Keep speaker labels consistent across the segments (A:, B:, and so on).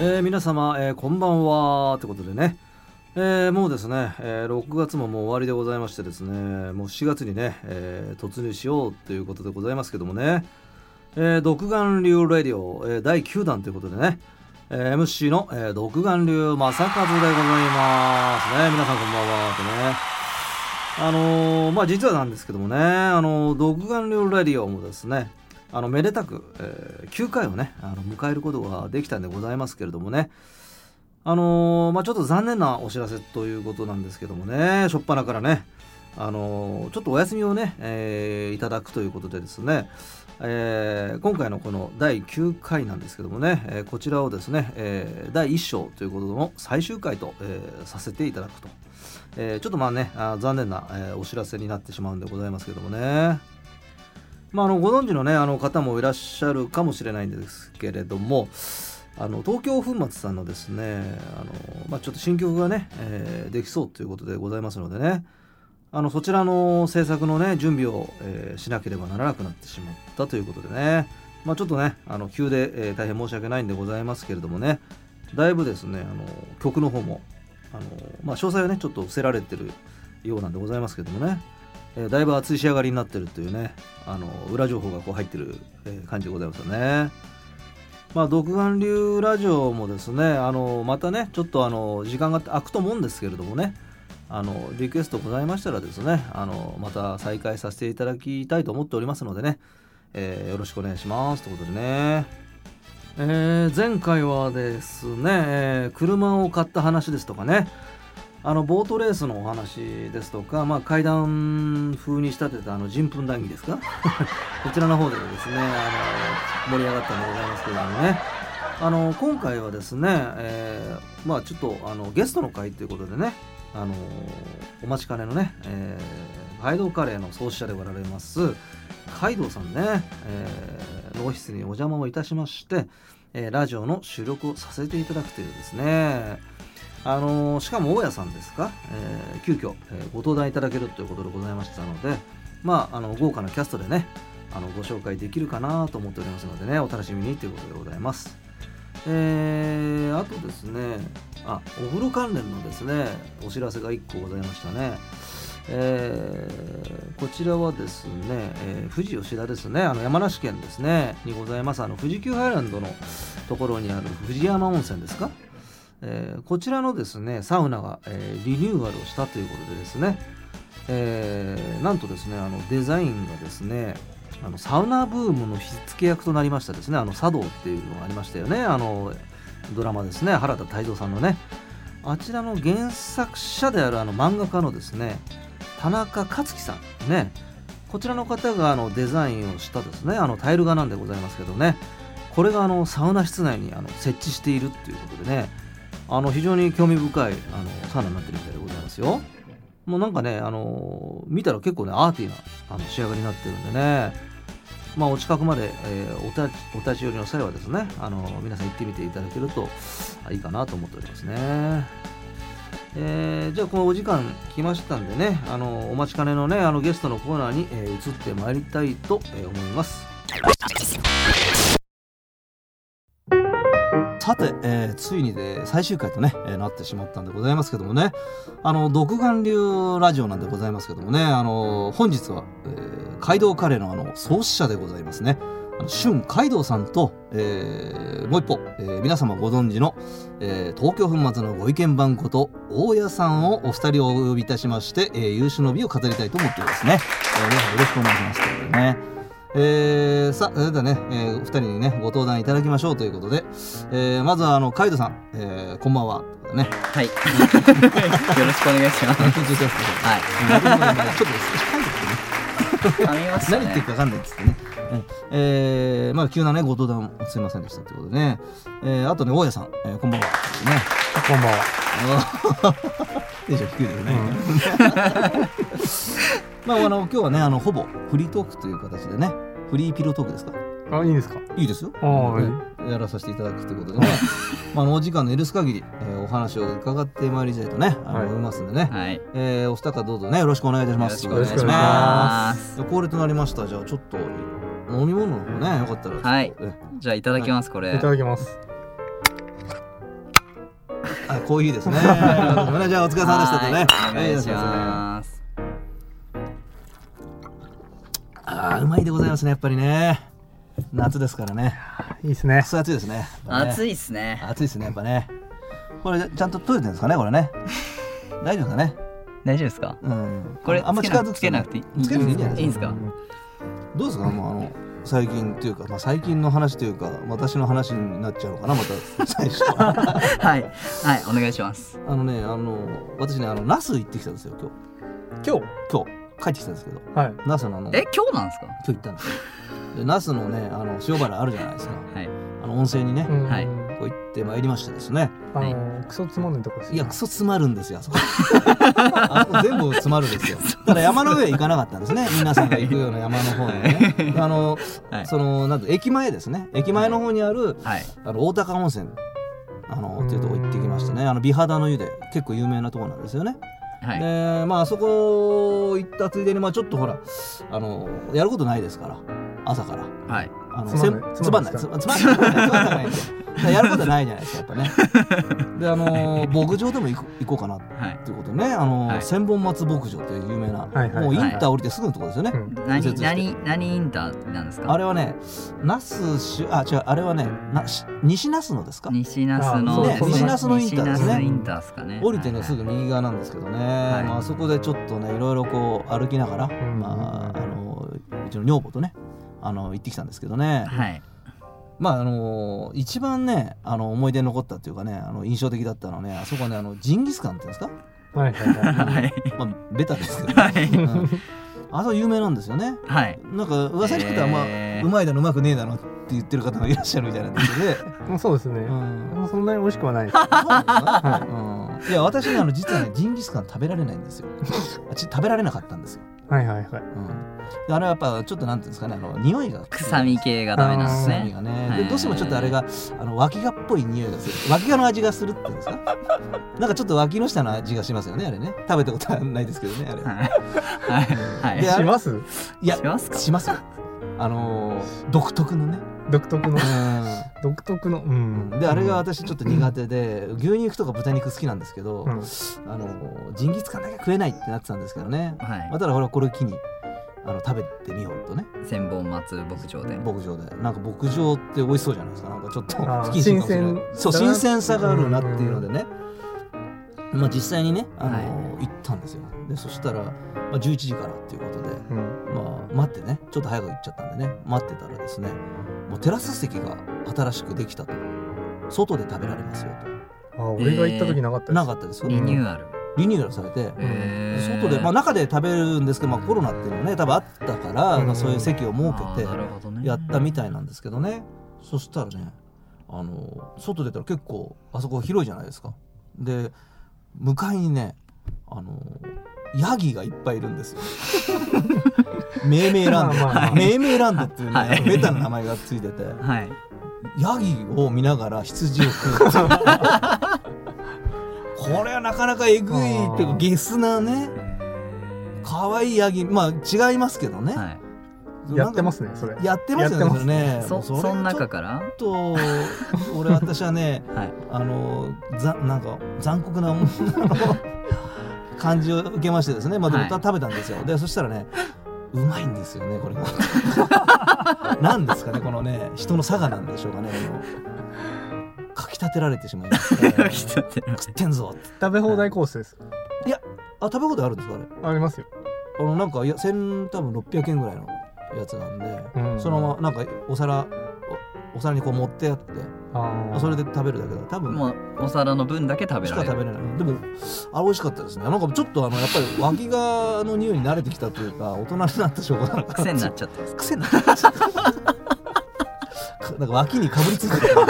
A: えー皆様、えーこんばんはってことでね、えーもうですね、えー6月ももう終わりでございましてですねもう7月にね、えー突入しようということでございますけどもね、えー独眼流レディオ、えー第9弾ということでね、えー MC の、えー独眼流正和でございますね皆さんこんばんはってねあのーまあ実はなんですけどもね、あのー独眼流ラディオもですね、あのめでたく、えー9回をね、あの迎えることができたんでございますけれどもね、あのーまあちょっと残念なお知らせということなんですけどもね、初っ端からね、あのーちょっとお休みをね、えーいただくということでですね、えー今回のこの第9回なんですけどもね、えーこちらをですね、えー第1章ということの最終回と、えーさせていただくと。えーちょっとまあねあー残念な、えーお知らせになってしまうんでございますけどもね、まあ、あのご存知の,、ね、あの方もいらっしゃるかもしれないんですけれどもあの東京粉末さんのですねあの、まあ、ちょっと新曲がね、えーできそうということでございますのでねあのそちらの制作のね準備を、えーしなければならなくなってしまったということでね、まあ、ちょっとねあの急で、えー大変申し訳ないんでございますけれどもねだいぶですねあの曲の方もあのまあ、詳細はねちょっと伏せられてるようなんでございますけどもね、えーだいぶ熱い仕上がりになってるというねあの裏情報がこう入ってる、えー感じでございますよね。まあ、独眼流ラジオもですねあのまたねちょっとあの時間が空くと思うんですけれどもねあのリクエストございましたらですねあのまた再開させていただきたいと思っておりますのでね、えーよろしくお願いしますということでねえー前回はですね、えー車を買った話ですとかねあのボートレースのお話ですとか、まあ、階段風に仕立てたあの人糞談義ですかこちらの方でですねあの盛り上がったんでございますけれどもねあの今回はですね、えーまあ、ちょっとあのゲストの会ということでねあのお待ちかねのね、えー、カイドウカレーの創始者でおられますカイドウさんね、えー、オフィスにお邪魔をいたしまして、えーラジオの収録をさせていただくというですねあのーしかも大家さんですか、えー急遽、えーご登壇いただけるということでございましたのでまああの豪華なキャストでねあのご紹介できるかなと思っておりますのでねお楽しみにということでございますえーあとですねあお風呂関連のですねお知らせが1個ございましたねえーこちらはですね、えー富士吉田ですね、あの山梨県ですね、にございます、あの富士急ハイランドのところにある富士山温泉ですか、えーこちらのですねサウナが、えーリニューアルをしたということでですね、えーなんとですねあのデザインがですねあのサウナブームの火付け役となりましたですねあの茶道っていうのがありましたよねあのドラマですね原田泰造さんのねあちらの原作者であるあの漫画家のですね田中克樹さんねこちらの方があのデザインをしたですねあのタイル画なんでございますけどねこれがあのサウナ室内にあの設置しているということでねあの非常に興味深いあのサウナになってるみたいでございますよ。もうなんかね、あの見たら結構ねアーティーなあの仕上がりになってるんでね、まあ、お近くまで、えーおたお立ち寄りの際はですね、あの皆さん行ってみていただけるとあいいかなと思っておりますね。えーじゃあこのお時間来ましたんでね、あのお待ちかねのねあのゲストのコーナーに、えー移ってまいりたいと、えー思います。さて、えーついにで最終回とね、えーなってしまったんでございますけどもねあの独眼流ラジオなんでございますけどもねあの本日は、えー、街道カレーのあの創始者でございますねあの春街道さんと、えーもう一歩、えー皆様ご存知の、えー東京粉末のご意見番こと大家さんをお二人をお呼びいたしまして、えー優秀の美を飾りたいと思っておりますね、えー皆さんよろしくお願いしますということでねえーさあそれではね、えーお二人にねご登壇いただきましょうということでえーまずはあのカイドさん、えーこんばんは。ね、
B: はい。よろしくお願いします。
A: 緊張してます
B: はい。
A: けど。うんちょっとカイドってね、
B: 噛みました
A: 何言ってる
B: ね。
A: かわかんないですけどね。うんえーまあ急なねご登壇すいませんでしたということでね、えーあとね大家さん、えーこんばんは。ね、
C: こんばんは。
A: あの テンション低いですね。まああの今日はねあのほぼフリートークという形でね、フリーピロートークですか。
C: あ、いいんですか。
A: いいですよ。
C: ああいい
A: ねやらさせていただくということ で、まあ、まああのお時間の許す限り、えーお話を伺ってまいりたいとね、あの
C: はい
A: 思いますんでね。
B: はい。よ
A: えーお二方どうぞねよろしくお願いいたしま
B: ろ
A: す。
B: しくお願いし
C: よろしくお願いし
B: ま。
C: ます
A: す。恒例となりました。じゃあちょっと飲み物の方ねよかったら。
B: はい
A: え
B: じゃあいただきます、こ
C: い
B: れ
C: た。だきます。
A: あコーヒーですね。 なるほどねじゃあお疲れ様でしたとね。
B: はいお願いします。
A: あーうまいでございますねやっぱりね。夏ですからね。
C: いいですね
A: く。そ暑いですね。
B: 暑
A: い。
B: いっすね。
A: 暑いですねやっぱね。これちゃんと取れてるんですかねこれ ね。大丈夫ですかね。
B: 大丈夫ですか？
A: うん。
B: これ
A: あんま近づくと
B: つけなくていい。
A: つけなくていいんじゃない
B: いいんすか？
A: どうですかもうあの最近というか、まあ、最近の話というか私の話になっちゃうのかなまた最初 あ
B: はいはいお願いします。
A: のねあの私ねあの那須行ってきたんですよ今
C: 今
A: 日
C: 日
A: 今日帰ってきたんですけど
C: はい。
A: 那須のあの
B: え
A: 今
B: 今日なんですか？
A: 日行ったんですよで那須のねあの塩原あるじゃないですか
B: はい
A: あの温泉にね、
C: うん
B: はい
A: こう行ってまいりましてですね
C: あのクソつまんないとこですね。
A: いやクソ詰まるんですよあ そこあそこ全部詰まるんですよただ山の上へ行かなかったんですね皆さんが行くような山の方にねあの、
B: はい
A: そのなんて駅前ですね駅前の方にある
B: はい
A: あの大高温泉あのっていうとこ行ってきましてねあの美肌の湯で結構有名なとこなんですよね、
B: はい
A: でまああそこ行ったついでにまあちょっとほらあのやることないですから朝から
B: はい
A: あの
C: つまんない
A: せんつまんないつまんないつまんないつまんないんでやることないじゃないですかやっぱねであの牧場でも行こ行こうかなっ
B: はい。
A: ていうことでねあの、
B: はい
A: 千本松牧場っていう有名な、
C: はいはい
A: もうインター降りてすぐのところですよね、
C: うん
A: 右折
B: 何
A: して
B: 何何インターなんですか？
A: あれはね那須しあ違うあれはねなし西那須野ですか
B: 西那須の
C: あそうね西那
A: 須のインターですね
B: 西那須インターですかね。
A: 降りてね
B: はい
A: すぐ右側なんですけどね、
B: い
A: まあそこでちょっとねいろいろこう歩きながら、
C: ん
A: まあ、あのうちの女房とねあの行ってきたんですけどね、
B: はい
A: まああの一番ねあの思い出に残ったっていうかねあの印象的だったのはねあそこはねあのジンギスカンっていうんですか、
C: はいは いは
B: はい
A: まあ、ベタです けど、
B: は
A: う
B: い
A: ん、あそこ有名なんですよね
B: はい
A: なんか噂に聞くとあんま、
B: へー
A: うまいだのうまくねえだのって言ってる方もいらっしゃるみたいなんですけどね、
C: い。もうそうですね
A: う。ん
C: もうそんなに美味しく はないです。
A: はいうんいや私ねあの実はねジンギスカン食べられないんですよあち食べられなかったんですよ、
C: はいはいはい。
A: うんであれはやっぱちょっとなんていうんですかねあの匂いが
B: 臭み系がダメなんです
A: 臭み
B: ね。
A: がね
B: は
A: で
B: い
A: どうしてもちょっとあれがあの脇がっぽい匂いがする脇がの味がするっていうんですかなんかちょっと脇の下の味がしますよねあれね食べたことはないですけどねあれ、
B: はいはい
A: で
B: は
A: あ
C: し
A: れ
C: ます？
A: いや
B: い。しますか？
A: しますよあのー独特のね、
C: 独特の
A: う
C: 独特のうんん。
A: であれが私ちょっと苦手で、牛肉とか豚肉好きなんですけど、
C: うん。
A: あのジンギスカンだけ食えないってなってたんですけどね、
B: はい
A: まあ、ただほらこれを機にあの食べてみようとね
B: 千本松牧場で。
A: 牧場でなんか牧場って美味しそうじゃないですかなんかちょっと
C: あー
A: 不謹慎かもしれないそ
C: 新鮮
A: う
C: だな
A: 新鮮さがあるなっていうのでね、まあ、実際にね、あの行ったんですよでそしたら、まあ、11時からっていうことで、
C: うん。
A: まあ、待ってねちょっと早く行っちゃったんでね待ってたらですねもうテラス席が新しくできたと外で食べられますよ
C: あ俺が行った時なかったで
A: と
C: す。
A: なかったですよ
B: リニューアル。
A: リニューアルされて、
B: えー
A: 外で、まあ、中で食べるんですけど、まあ、コロナっていうのはね多分あったから、
C: うん
A: まあ、そういう席を設け
B: あーな
A: て
B: るほどね
A: やったみたいなんですけどねそしたらねあの外出たら結構あそこ広いじゃないですかで向かいにねあのヤギがいっぱいいるんです よ。めいめいラン
C: まあまあま
A: ド
C: あ
A: めいめいランドっていうね、
B: はい
A: ベタな名前がついてて
B: はい
A: ヤギを見ながら羊を食うっていう これはなかなかえぐいっていうかゲスなね可愛いヤギまあ違いますけどね、
B: はい
C: やってますすねそれ。
A: やってますよね
B: そ
A: れ
B: その 中から
A: ちょっと俺私はね
B: はい
A: あのざなんか残酷なも のの感じを受けましてですねまあでも、
B: はい
A: た食べたんですよでそしたらねうまいんですよねこれが なんですかねこのね人の差がなんでしょうかねこのかきたてられてしまいまして
B: 来
A: 食
B: たって
A: ってんぞ
C: 食べ放題コースです。
A: あ食べことあるんですかあれ
C: ありますよ。
A: あのなんかいや千多分600円ぐらいのやつなんで、
C: うん
A: そのままなんかお皿おお皿にこう持ってやって
C: ああ。
A: それで食べるだけだ多分
B: もうお皿の分だけ食べ
A: し
B: ら
A: か
B: れ
A: 食べ
B: る
A: れないでもあれ美味しかったですねなんかちょっとあのやっぱり脇がの匂いに慣れてきたというか大人になった証拠なのか
B: 癖になっ
A: ち
B: ちゃったんです
A: ゃ癖になっちゃった なんか脇にかぶりつい てた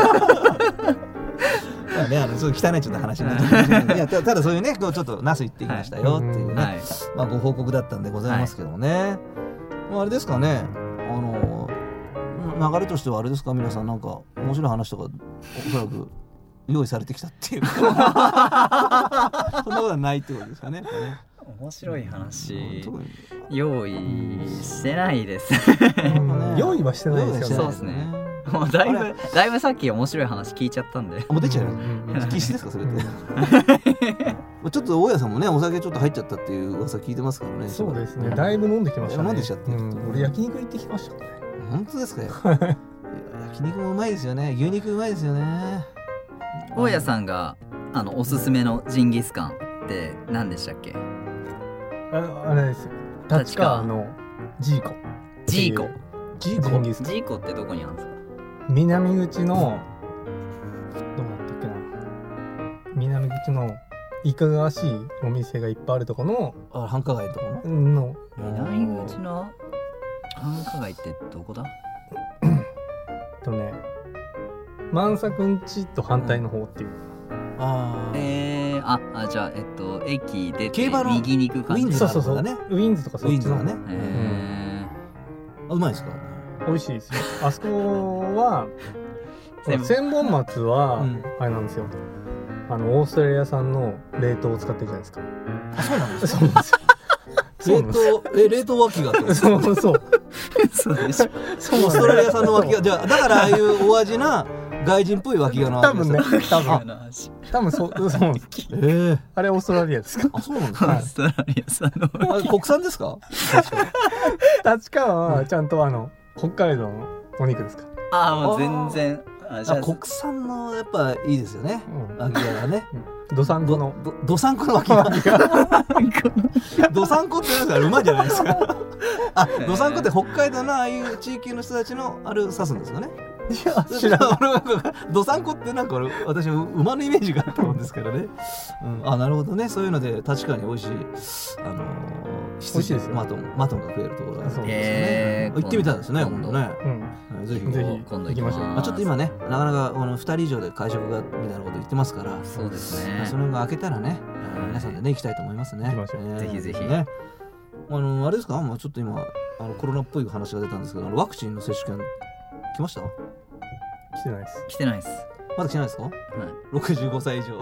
A: まあね、あのそういう汚いちょっと話になっちゃったいやたただそういうねこうちょっとナス行ってきましたよっていうね、
B: はい
A: まあ、ご報告だったんでございますけどもね、まあ、あれですかねあのうん流れとしてはあれですか皆さんなんか面白い話とかおそらく用意されてきたっていうか そんなことはないってことですかね。
B: 面白い話
A: うん 特に
B: 用意してないです
C: うん用意はしてないですよね。
B: そうですねもうだい
A: あ
B: ぶだいぶさっき面白い話聞いちゃったんで
A: あもう出ちゃい ます
C: ま
A: 必死ですかそれって
C: うん
A: まあちょっと大家さんもねお酒ちょっと入っちゃったっていう噂聞いてますからね
C: そうですね。だいぶ飲んできましたね。
A: 飲んできちゃってる
C: うん俺焼肉行ってきましたね。
A: 本当ですか よいや焼肉もうまいですよね牛肉うまいですよね
B: 大家さんがあのおすすめのジンギスカンって何でしたっけ
C: ああれですよ。立
B: 立川
C: 川のジーコ。
B: ジーコ
C: ジーコジンギスカ
B: ジーコってどこにあるんですか
C: ン。南口のどこだったっけな。南口のいかがわしいお店がいっぱいあるところ
A: あ繁華街とかの
C: のの
B: 南口の繁華街ってどこだ
C: えっとね万作んちと反対の方っていう。
A: あー
B: えー、ああじゃあえっと駅出
A: 競
B: て
A: 馬の
B: 右に行く感
A: ウィン
B: じ
A: ズ
C: そうそうそう。ウ
A: なるほ
C: ィンズとか
A: ウ
C: そ
A: ィ
C: っ
A: ン
C: ち
A: ズが
C: の
A: ね
B: へえ
A: あうまいですか
C: 美味しいですよ。あそこ は
B: 千本
C: 千本松は、
A: うん
C: あれなんですよ。あのオーストラリア産の冷凍を使ってるじゃないですか。
A: あそうなんです
C: そうなんですよ。そう
A: 冷
C: なんですよ
A: 凍え 冷凍脇がってことですか
C: そうそう。
B: そうでしょ
C: そう
A: オーストラリア産の脇がじゃあだからああいうお味な外人っぽい脇がな
C: 多分ね、多
B: あ
C: 分、多分そう、そうなんです。
A: えー、
C: あれオーストラリアですか。
A: あそうなんです
B: オ
A: か
B: ーストラリア産の
A: あ国産ですか
C: 立川はちゃんとあの、北海道のお肉ですか。
B: ああもう全然あじ
A: あ
B: ゃあ
A: 国産のやっぱいいですよね
C: う
A: 脇がね
C: ん。どさん
A: ど
C: この。
A: どどさんこの脇 がどさんこってなんですか馬じゃないですかあどさんこって北海道のああいう地域の人たちのあれを指すんですよね
C: いや、知らん。
A: 俺は どさんこってなんか俺私馬のイメージがあったもんですからね、うん、あなるほどねそういうので確かに美味しいあのー
C: 美味しいですよ
A: マトンマトンが食えるところがあるんですよね、
B: えー
A: 行ってみたいですね
B: 今
A: 今
B: 度
A: 度ね
C: うん。
A: はいぜひ
C: ぜひ
B: 今度
C: 行きましょう
A: まあ、ちょっと今ねなかなかこの2人以上で会食がみたいなこと言ってますから
B: そうですね
A: まあその辺が開けたらね、あの皆さんでね行きたいと思いますね。
C: 行きましょう
A: ね
B: ぜひぜひ
A: ね、あのあれですか、まあちょっと今あのコロナっぽい話が出たんですけど、あのワクチンの接種券来ました？
C: 来てないです。
B: 来てないです
A: まだ来てないですか？
B: はい
A: 65歳以 上。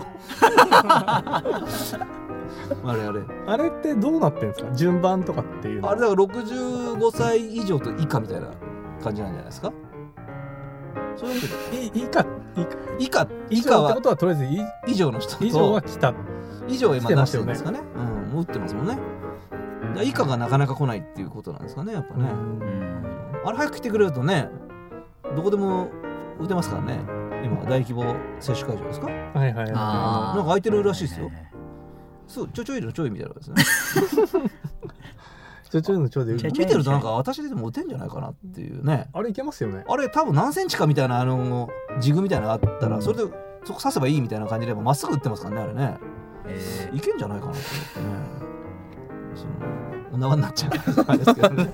A: あれあれ。
C: あれってどうなってんですか。順番とかっていうの
A: あれだから65歳以上と以下みたいな感じなんじゃないですか？そういうわ
C: い以下、以下。
A: けで以下以
C: 以
A: 下
C: 下って
A: は
C: ことは、とりあえずい、
A: 以上の人と
C: 以上は来た。
A: 以上は今出してるんですかね。うん、もう打ってますもんね。だから以下がなかなか来ないっていうことなんですかね、やっぱね。
B: うん
A: あれ早く来てくれるとね、どこでも打てますからね。今大規模接種会場ですか。
C: はいは
B: あ
C: いは
B: ー
A: なんか空いてるらしいですよ
B: はは
A: そう、ちょちょいのちょいみたいなことですね。
C: い。ちょちょいのちょいで
B: ちょいちょい
A: 見てるとなんか私でも打てんじゃないかなっていうね。
C: あれいけますよね。
A: あれ多分何センチかみたいなあのジグみたいなのがあったら、それでそこ刺せばいいみたいな感じでまっすぐ打ってますからねあれね。
B: え
A: いけんじゃないかなと思ってね。そのお縄になっちゃうからですけどね。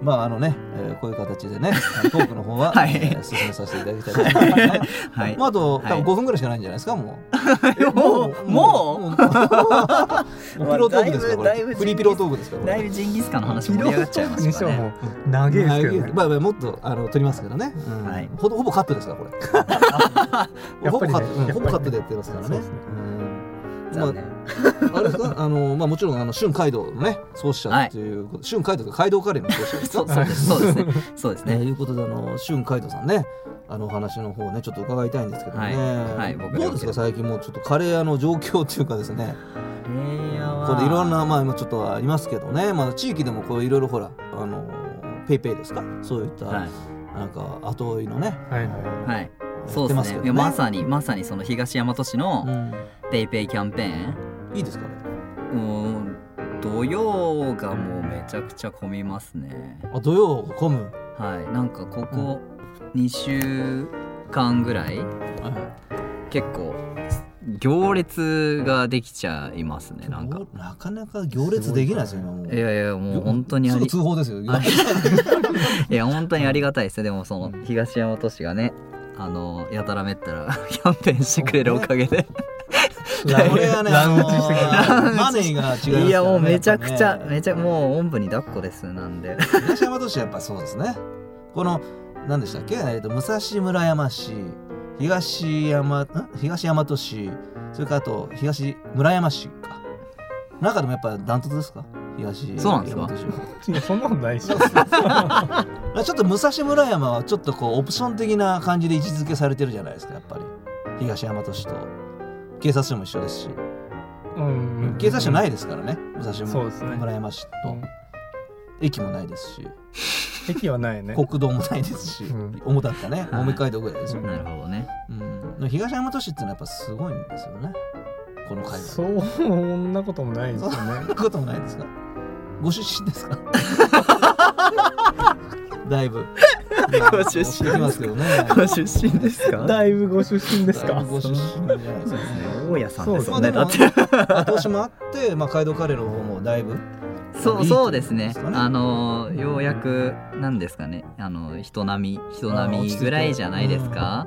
A: まああのね、えーこういう形でね、あのトークの方は、
B: はい
A: えー進めさせていただきたいと思いますね。
B: ーはい
A: まああと、
B: はい
A: 多分5分ぐらいしかないんじゃないですか、もう。
B: もうもう
A: もうピロートークですか、こ
B: だいぶだい
A: れ。
B: ぶ
A: フリーピロートークですか、こ
B: だい
A: れ。
B: ぶジンギスカンの話盛り上がっちゃいま
C: に
B: し
C: したては
B: ね
C: もう、長いですけどね。
A: まあまあもっとあの取りますけどね、うん
B: はい
A: ほほぼカットですからこれ
C: や
A: ほぼ
C: っぱりね
A: カット、うん
C: やっぱりね
A: ほぼカットでやってますからね
C: そうですね
A: うんまあ
B: 残念
A: あれですかあの、まあ、もちろんあの春街道のね創始者っていうこと、春街道と街道カレーの創始者です
B: そ
A: か
B: うそうですそうです ねそうです
A: ね、
B: ね
A: いうことであの春街道さんねあのお話の方をねちょっと伺いたいんですけどね、
B: はいはい僕
A: どうですか最近もうちょっとカレー屋の状況っていうかですね
B: カレー屋は
A: これいろんなまあ今ちょっとありますけどね、まあ、地域でもこういろいろほらあのペイペイですかそういった、
B: はい
A: なんか後追いのね
C: はいはい。
B: はい
A: や
B: そ
A: っ
B: う
A: て
B: で
A: ますす
B: ね
A: けど
B: い
A: ね
B: やまさにまさにその東大和市
A: う
B: の
A: ん
B: ペイペイキャンペーン
A: いいですかね
B: うん土曜がもうめちゃくちゃ混みますね
A: あ土曜混む、
B: はいなんかここ2週間ぐらい結構行列ができちゃいますねなんか
A: なかなか行列できないですよ今もう
B: いやいやもう本当にあ
A: す
B: り
A: ぐ通報ですよ。
B: はい いや本当にありがたいですよでもその東大和市がねあのやたらめったら キャンペーンしてくれるおかげで
A: これはね、あ
C: ラウン
A: の
C: ジしてくれる。
A: ーマネーが違いますからね
B: いやもうめちゃくちゃ、
A: やっぱね
B: めちゃもうおんぶに抱っこですなんで
A: 東大和市はやっぱそうですね。この、何でしたっけ、えー、と武蔵村山市、東山、ん東大和市、それからあと東村山市か。中でもやっぱダントツですか東
B: そうなんですか
A: 大和市は
C: ちそんなことないでしょ
A: あちょっと武蔵村山はちょっとこうオプション的な感じで位置づけされてるじゃないですかやっぱり東大和市と警察署も一緒ですし
C: うん
A: 警察署ないいですからね武蔵
C: そうですね
A: 村山市と、駅もないですし
C: 駅はないね
A: 国道もないですし、
C: うん
A: 重たったね
B: はい
A: 青梅街道ぐらいですよ、
B: なるほどね
A: うん、東大和市ってのはやっぱすごいんですよねこの海
C: そ
A: 外
C: んなこともないですよ
A: そんな
C: ね
A: こともないですかご出身です かだいぶ
B: ご出身ですか
A: まあ追ってきますけどね
B: ご出身ですか
C: だいぶご出身です
A: だい
C: か
A: ぶご出身じゃないですか
B: 大家さんです
A: ま
B: も
A: あ
B: んね
A: で
B: だ
A: も
B: って
A: 後押しもあって、まあ、街道カレーの方もだいぶ
B: そう
A: いい
B: そうですね
A: ですかね
B: あのようやくなんですかねあの人並み人並みぐらいじゃないです
A: ま
B: か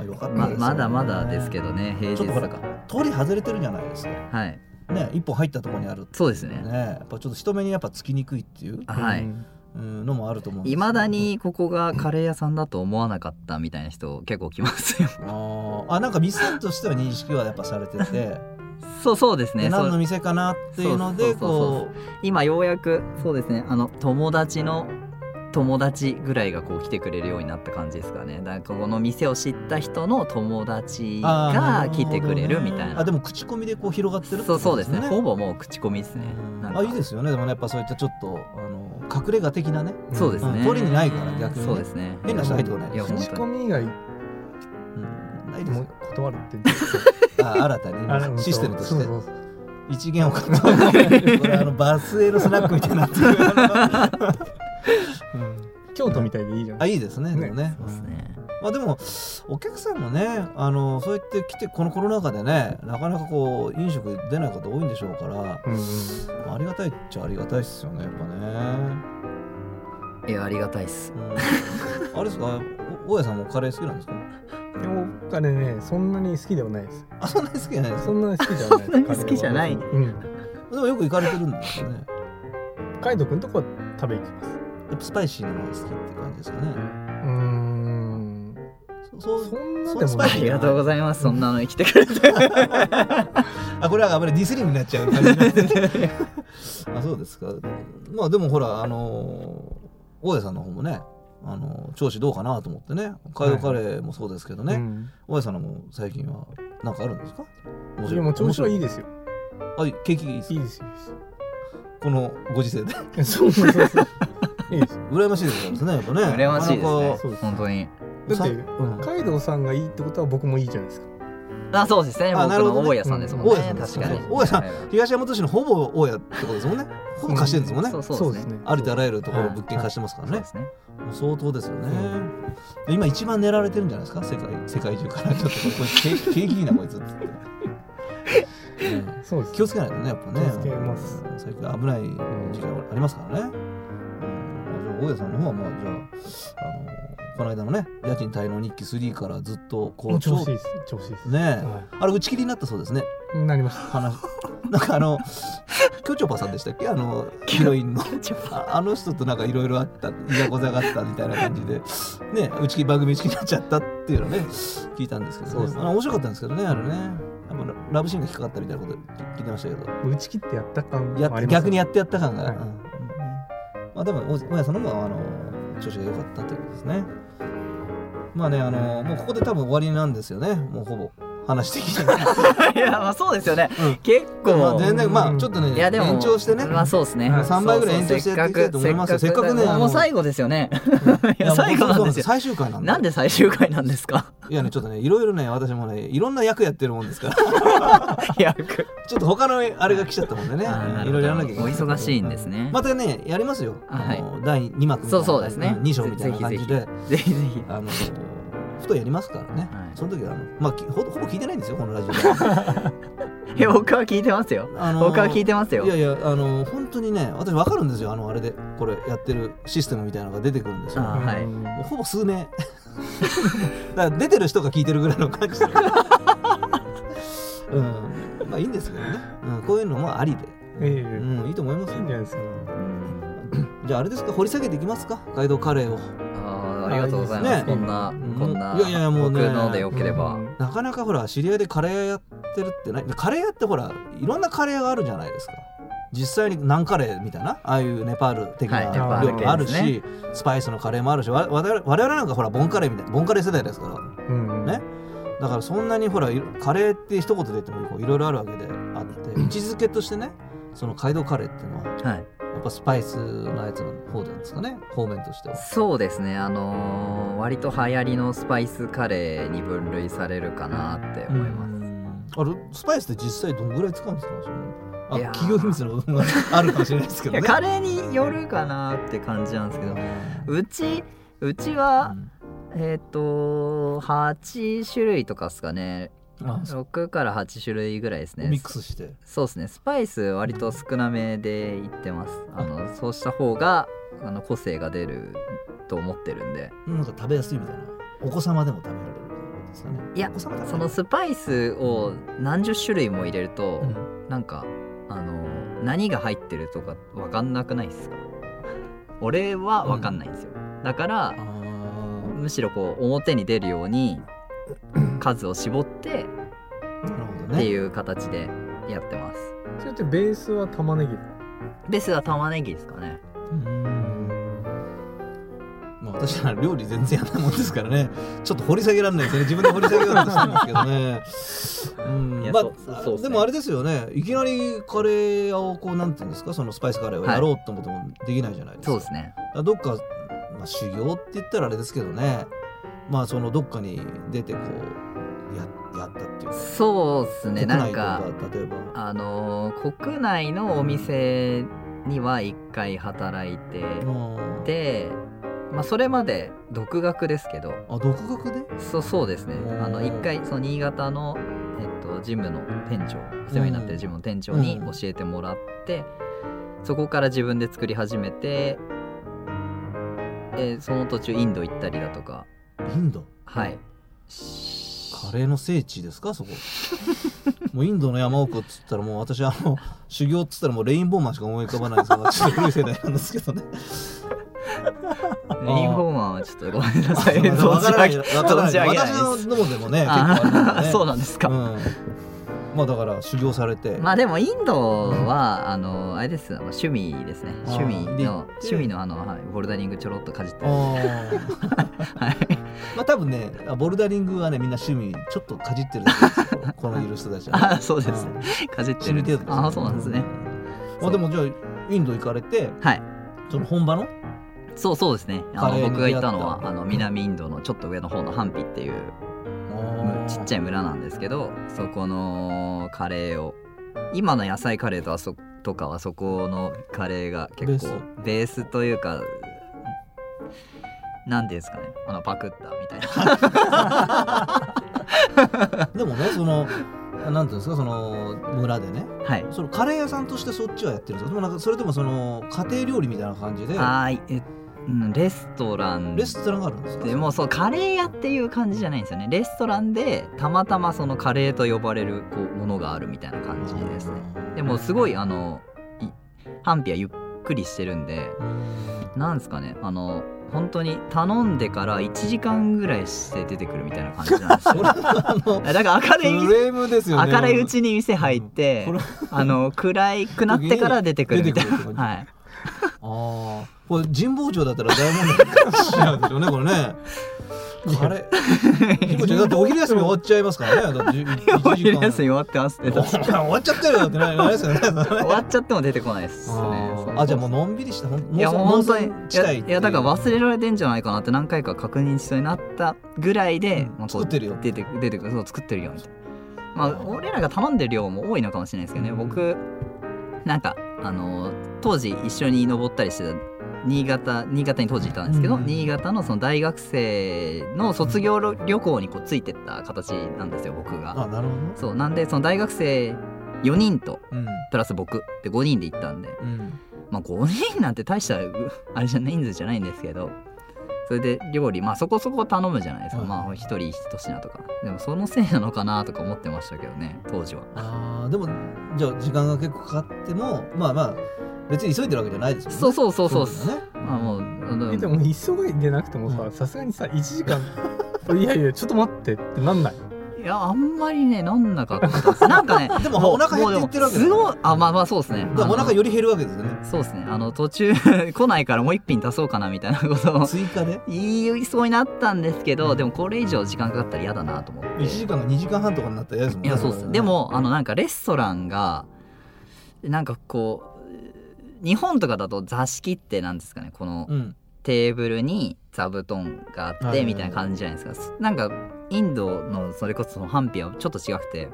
A: あ良かった
B: ま
A: ですよね
B: まだまだですけどね平
A: ちょ
B: 日
A: っとほら
B: とか
A: 通り外れてるじゃないですか
B: はい
A: ね一歩入ったところにある
B: そうですね
A: ねやっぱちょっと人目にやっぱつきにくいっていう
B: はい
A: うんのもあると思うんです
B: い
A: よ
B: まだにここがカレー屋さんだと思わなかったみたいな人結構来ますよ
A: あーあなんか店としては認識はやっぱされて て
B: そうそうですね
A: で
B: そ
A: 何の
B: う
A: 店かなっていうので
B: そうそうそ
A: こ
B: う今ようやくそうですねあの友達の友達ぐらいがこう来てくれるようになった感じですかねだからここの店を知った人の友
A: う
B: 達
A: あー
B: が来てくれるみたい
A: あ
B: な
A: でも口コミでこう広がってるって
B: そ
A: こ
B: うそう
A: と
B: ですねほぼもう口コミですね
A: うん
B: なんか
A: あいいですよねでもねやっぱそういったちょっとあの隠れ家的なね
B: そうですね
A: うん通りにないから逆にね
B: そうですね
A: 変な人入ってこない
B: いや
A: ですよ
B: 本
A: ね
C: 口
B: 当
C: コ
B: に
C: ミ以外
A: うんないです
C: も
A: よ
C: う断るって言って
A: あ新たに
C: あれ
A: ねシステムと
C: そ
A: し
C: う
A: て
C: そうそう
A: 一元を買ったこれあのバスへのスナックみたいになってるうん
C: 京都みたいでいいじゃん
A: あいいですねでもね
B: そうですね
A: まあでもお客さんもねあのそうやって来てこのコロナ禍でねなかなかこう飲食出ない方多いんでしょうから
C: うんうん
A: ありがたいっちゃありがたいっすよねやっぱね、
B: いやありがたいっす
A: うんあれですかお大家さんもカレー好きなんですか
C: でもお金ねそんなに好きではないです
A: あ そんなに好きじゃないです
C: そ
A: か
C: んなに好きじゃない
B: そんなに好きじゃない
C: カレーはうん
A: でもよく行かれてるんですよね
C: カイドくんとこは食べ行きます
A: やっぱスパイシーなのが好きって感じですかね
C: うーん
A: そ
C: そ
A: そうん
C: な
A: そ
C: で
A: ス
C: も
A: パ
B: あ
A: イシー
B: りがとうございますそんなのに来てくれて
A: あこれはあまりディスリングになっちゃう感じなん であそうですかまあでもほらあのー大家さんの方もねあのー調子どうかなと思ってね海洋カレーもそうですけどね、
C: うん
A: 大家さんのも最近はなんかあるんですか
C: いやもう調子はいい
A: で
C: ですよ
A: あいい景気いいです
C: い
A: か
C: いですよ
A: このご時世で
C: いいですよそうそうそういいですよ
A: 羨ましいですねやっぱね
B: 羨ましい
A: な
B: で
A: かなか
B: す
C: そう
B: ね
C: です
B: 本当に
C: だって
A: うん
C: カイドウさんがいいってことは僕もいいじゃないですか
B: あそうですね
A: あ
B: 僕
A: なるほど
B: の
A: ね
B: 大家さんですもんね
A: 大家さんです
B: 確かに
A: そうそう大家さん東大和市のほぼ大家ってことですもんねほぼ貸してるんですもんね、
B: そうそうですね
A: ありとあらゆるところ
B: はい
A: 物件貸してますからね、
B: そうですね
A: もう相当ですよね、で今一番狙われてるんじゃないですか世界世界中からちょっとこれ景景気いいなこいつっつって、うん
C: そうです
A: 気をつけないとねやっぱね
C: 気をつけます
A: 最近危ない時間ありますからね、うん、まあじゃあ大家さんの方はまあじゃああのこの間のね家賃滞納日記3からずっと
C: も
A: こ
C: う
A: う
C: 調子いいです調子いいです
A: ねえ、
C: は
A: あれ打ち切りになったそうですね
C: いなりました
A: 話なんかあの キョチョパさんでしたっけあ のヒロインの ああの人となんかいろいろあったいざこざがあったみたいな感じでね打ち切り番組打ち切りになっちゃったっていうのね聞いたんですけど、ね
B: そうですね
A: あの面白かったんですけどねあれねやっぱララブシーンが低かったみたいなこと聞いてましたけど
C: 打ち切ってやった感
A: や
C: もあ
A: っ
C: ります
A: 逆にやってやった感が、
C: はい
A: うんまあでもお大家さんの方があの調子が良かったということですねまあねあのもうここで多分終わりなんですよねもうほぼ話的に は、
B: いやまあそうですよね
A: うん
B: 結
A: まあ
B: 構
A: 全然まあちょっとね
B: いやでも
A: 延長してね、
B: まあそうですね
A: うん3倍ぐらい延長してやっていきたいと思いますよ
B: そうそう
A: せっかくねあの
B: もう最後ですよねいや
A: いや
B: 最後なんですよ
A: 最終回なんで
B: なんで最終回なんですか
A: い やねちょっとねいろいろね私もねいろんな役やってるもんですから
B: 役
A: ちょっと他のあれが来ちゃったもんでね
B: あーなるほど
A: いろいろやらなきゃいけ
B: お
A: ない
B: 忙しいんですね
A: またねやりますよ、
B: あはい
A: あの第2幕みたい
B: そ
A: な
B: うそうですね
A: 2章みたいな感じで
B: ぜぜひぜひ
A: あのふとやりますからね、
B: はい
A: その時はあのまあきほほぼ聞いてないんですよこの ラジオは
B: え僕は聞いてますよ
A: あのー
B: 僕は聞いてますよ
A: いやいやあの本当にね私わかるんですよあのあれでこれやってるシステムみたいなのが出てくるんですよ
B: あはい
C: うん
A: もうほぼ数名 だから出てる人が聞いてるぐらいの感じで うんまあいいんですけどね、うん、こういうのもありで、
C: ええ
A: うん、いいと思います
C: いいんじゃ
A: よ
C: ないですか
B: うん
A: じゃああれですか掘り下げていきますかガイドカレーを
B: あーありがとうございま
A: ね
B: す、こんな、
A: うん
B: こんない
A: やいやもうね
B: 僕のでよければ、
C: うん
A: なかなかほら知り合いでカレー屋やってるってないカレー屋ってほらいろんなカレー屋があるじゃないですか実際にナンカレーみたいなああいうネパール的な
B: はい
C: ネパー
A: 料
C: ル
A: 理もあるし、
B: 系で
A: スパイスのカレーもあるしわ我々我々なんかほらボンカレーみたいなボンカレー世代ですから
C: うん
A: ねだからそんなにほらいカレーって一言で言ってもこういろいろあるわけであって位置づけとしてねその街道カレーっていうのは
B: はい
A: やっぱスパイスのやつの方なんですかね方面としては。
B: そうですねあのー割と流行りのスパイスカレーに分類されるかなって思います、
A: あれスパイスって実際どんぐらい使うんですかそのあ
B: いやー
A: 企業秘密の部分があるかもしれないですけ
B: い
A: ど
B: や
A: ね。
B: カレーによるかなって感じなんですけどうちうちは、えっ、と8種類とかですかね
A: うんあそう
B: 6から8種類ぐらいですね
A: ミックスして。
B: そうですねスパイス割と少なめでいってますあのそうした方があの個性が出ると思ってるんで
A: なんか食べやすいみたいな。お子様でも食べられるみたいなことですかね。
B: いや
A: お子様だから
B: そのスパイスを何十種類も入れると、なんかあの何が入ってるとか分かんなくないですか俺は分かんないんですよ、だから
A: あ
B: むしろこう表に出るように数を絞って
A: ーなるほど
B: ってい
A: ね。
B: う形でやってます、
C: それってベースは玉ねぎ
B: ベースは玉ねぎですかね
A: うんまあ私は料理全然やらないもんですからね。ちょっと掘り下げられないですね。自分で掘り下げようとしたんですけどね。うん
B: いや
A: まあ
B: そうそうですね
A: でもあれですよね。いきなりカレーをこうなんていうんですか、そのスパイスカレーをやろうと思ってもできないじゃないですか。
B: そうですね
A: あどっか、まあ、修行って言ったらあれですけどねまあそのどっかに出てこうややったっていうか
B: そうですねなんか
A: 国内とか例えば
B: あのー国内のお店には一回働いて
A: うん
B: で、まあ、それまで独学ですけど
A: あ独学で
B: そうそうですね
A: おー
B: あの一回その新潟の、えっと、ジムの店長お世話になってるジムの店長に
A: うん
B: 教えてもらって、そこから自分で作り始めて、えーその途中インド行ったりだとか
A: インド
B: はい
A: カレーの聖地ですかそこもうインドの山奥っつったらもう私あの修行っつったらもうレインボーマンしか思い浮かばないです私の古い世代なんですけ どね
B: レインボーマンはちょっとごめんなさい
A: わからないわからない
B: 存じ上げない
A: 私
B: です
A: の脳でもね結構あるから
B: あ
A: ね
B: そうなんですか、
A: うんまあだから修行されて
B: まあでもインドはあのあれですよ趣味ですね
A: あー
B: 趣味
A: で
B: の趣味のあの、はい、ボルダリングちょろっとかじってる
A: あーまあ多分ねボルダリングはねみんな趣味ちょっとかじってるだけですよこのいる人たちは、
B: あーそうですね
A: ん
B: かじって
A: 趣味程度
B: る
A: ですよ
B: ああそうなんですね
A: まあでもじゃあインド行かれて
B: はい
A: その本場の
B: そうそうですねあ
A: カレー
B: の
A: に
B: 僕が行ったの
A: 出会っ
B: は
A: た
B: あの南インドのちょっと上の方のハンピっていうちっちゃ
A: い
B: い村なんですけどそこのカレーを今の野菜カレーとあそとかはそこのカレーが結構ベースというかなんていうんですかねあのパクったみたいな
A: でもねそのなんていうんですかその村でね
B: はい
A: そのカレー屋さんとしてそっちはやってるんですかでもなんかそれともその家庭料理みたいな感じで
B: はいえ、うん、レストラン
A: レストランがあるんですか
B: でもうそうカレー屋っていう感じじゃないんですよねレストランでたまたまそのカレーと呼ばれるこうものがあるみたいな感じですねでもすごいあのいハンピはゆっくりしてるんで
A: うん
B: なんですかねあの本当に頼んでから1時間ぐらいして出てくるみたいな感じなんです
A: それ
B: よ
A: はあの
B: だから明るい
A: クレームですよね
B: 明るいうちに店入って
A: これ
B: あの暗いくなってから出てくるみたい
A: 出てくるって
B: な、
A: 感
B: はい、
A: ああ、これ神保町だったら大問題かもしれないですよね、これね。あれ、神保町だってお昼休み終わっちゃいますからね、だって
B: お
A: 1時
B: 昼
A: 間。
B: 休み終わっ てますね
A: 終わっちゃってるよってなりますよね。それね
B: 終わっちゃっても出てこないですね
A: あーあ、じゃあもうのんびりした、ほん
B: いや
A: 農
B: 本当
A: 村
B: に
A: 農村
B: い
A: 地帯
B: や
A: ってう
B: いやだから忘れられてんじゃないかなって何回か確認しそうになったぐらいで、
A: うん
B: まあこう
A: 作ってるよ
B: 出て出てくるそう作ってるよみたいなま
A: あ
B: あ
A: ー
B: 俺らが頼んでる量も多いのかもしれないですけどね、
A: うん
B: 僕なんかあのー当時一緒に登ったりしてた新潟新潟に当時いたんですけど、
A: うん
B: 新潟のその大学生の卒業旅旅行にこうついてった形なんですよ僕が。
A: あ、なるほど。
B: そうなんでその大学生4人と
A: うん。
B: プラス僕で5人で行ったんで
A: うん。
B: まあ5人なんて大したうあれじゃない人数じゃないんですけどそれで料理まあそこそこ頼むじゃないですか、
A: はい
B: まあ一人一品とかでもそのせいなのかなとか思ってましたけどね当時は
A: ああ、でも、じゃあ時間が結構かかっても、まあまあ、別に急いでるわけじゃないですもんね。
B: そうそうそうそうっ
A: ですすね。
B: まあもうあの
C: えでも急いでなくても
A: うん
C: ささすがにさ1時間いやいやちょっと待ってってなんない
B: いやあんまりねなんなかっ たですなんかね
A: でも
B: う
A: お腹減っていってるわけだ
B: もう
A: よね
B: でもすごいあまあまあそうですね
A: だからお腹より減るわけですよね
B: あのそうですねあの途中 来ないからもう一品足そうかなみたいなことを
A: 追加で
B: 言いそうになったんですけど、でもこれ以上時間かかったら嫌だなと思って
A: 1時間が2時間半とかになったら嫌ですもん
B: いやそうですねでもあのなんかレストランがなんかこう日本とかだと座敷ってなんですかねこの
A: うん
B: テーブルに座布団があっ
A: はいはい
B: て
A: はい
B: みたいな感じじゃないですかなんかインドのそれこそそのハンピはちょっと違くて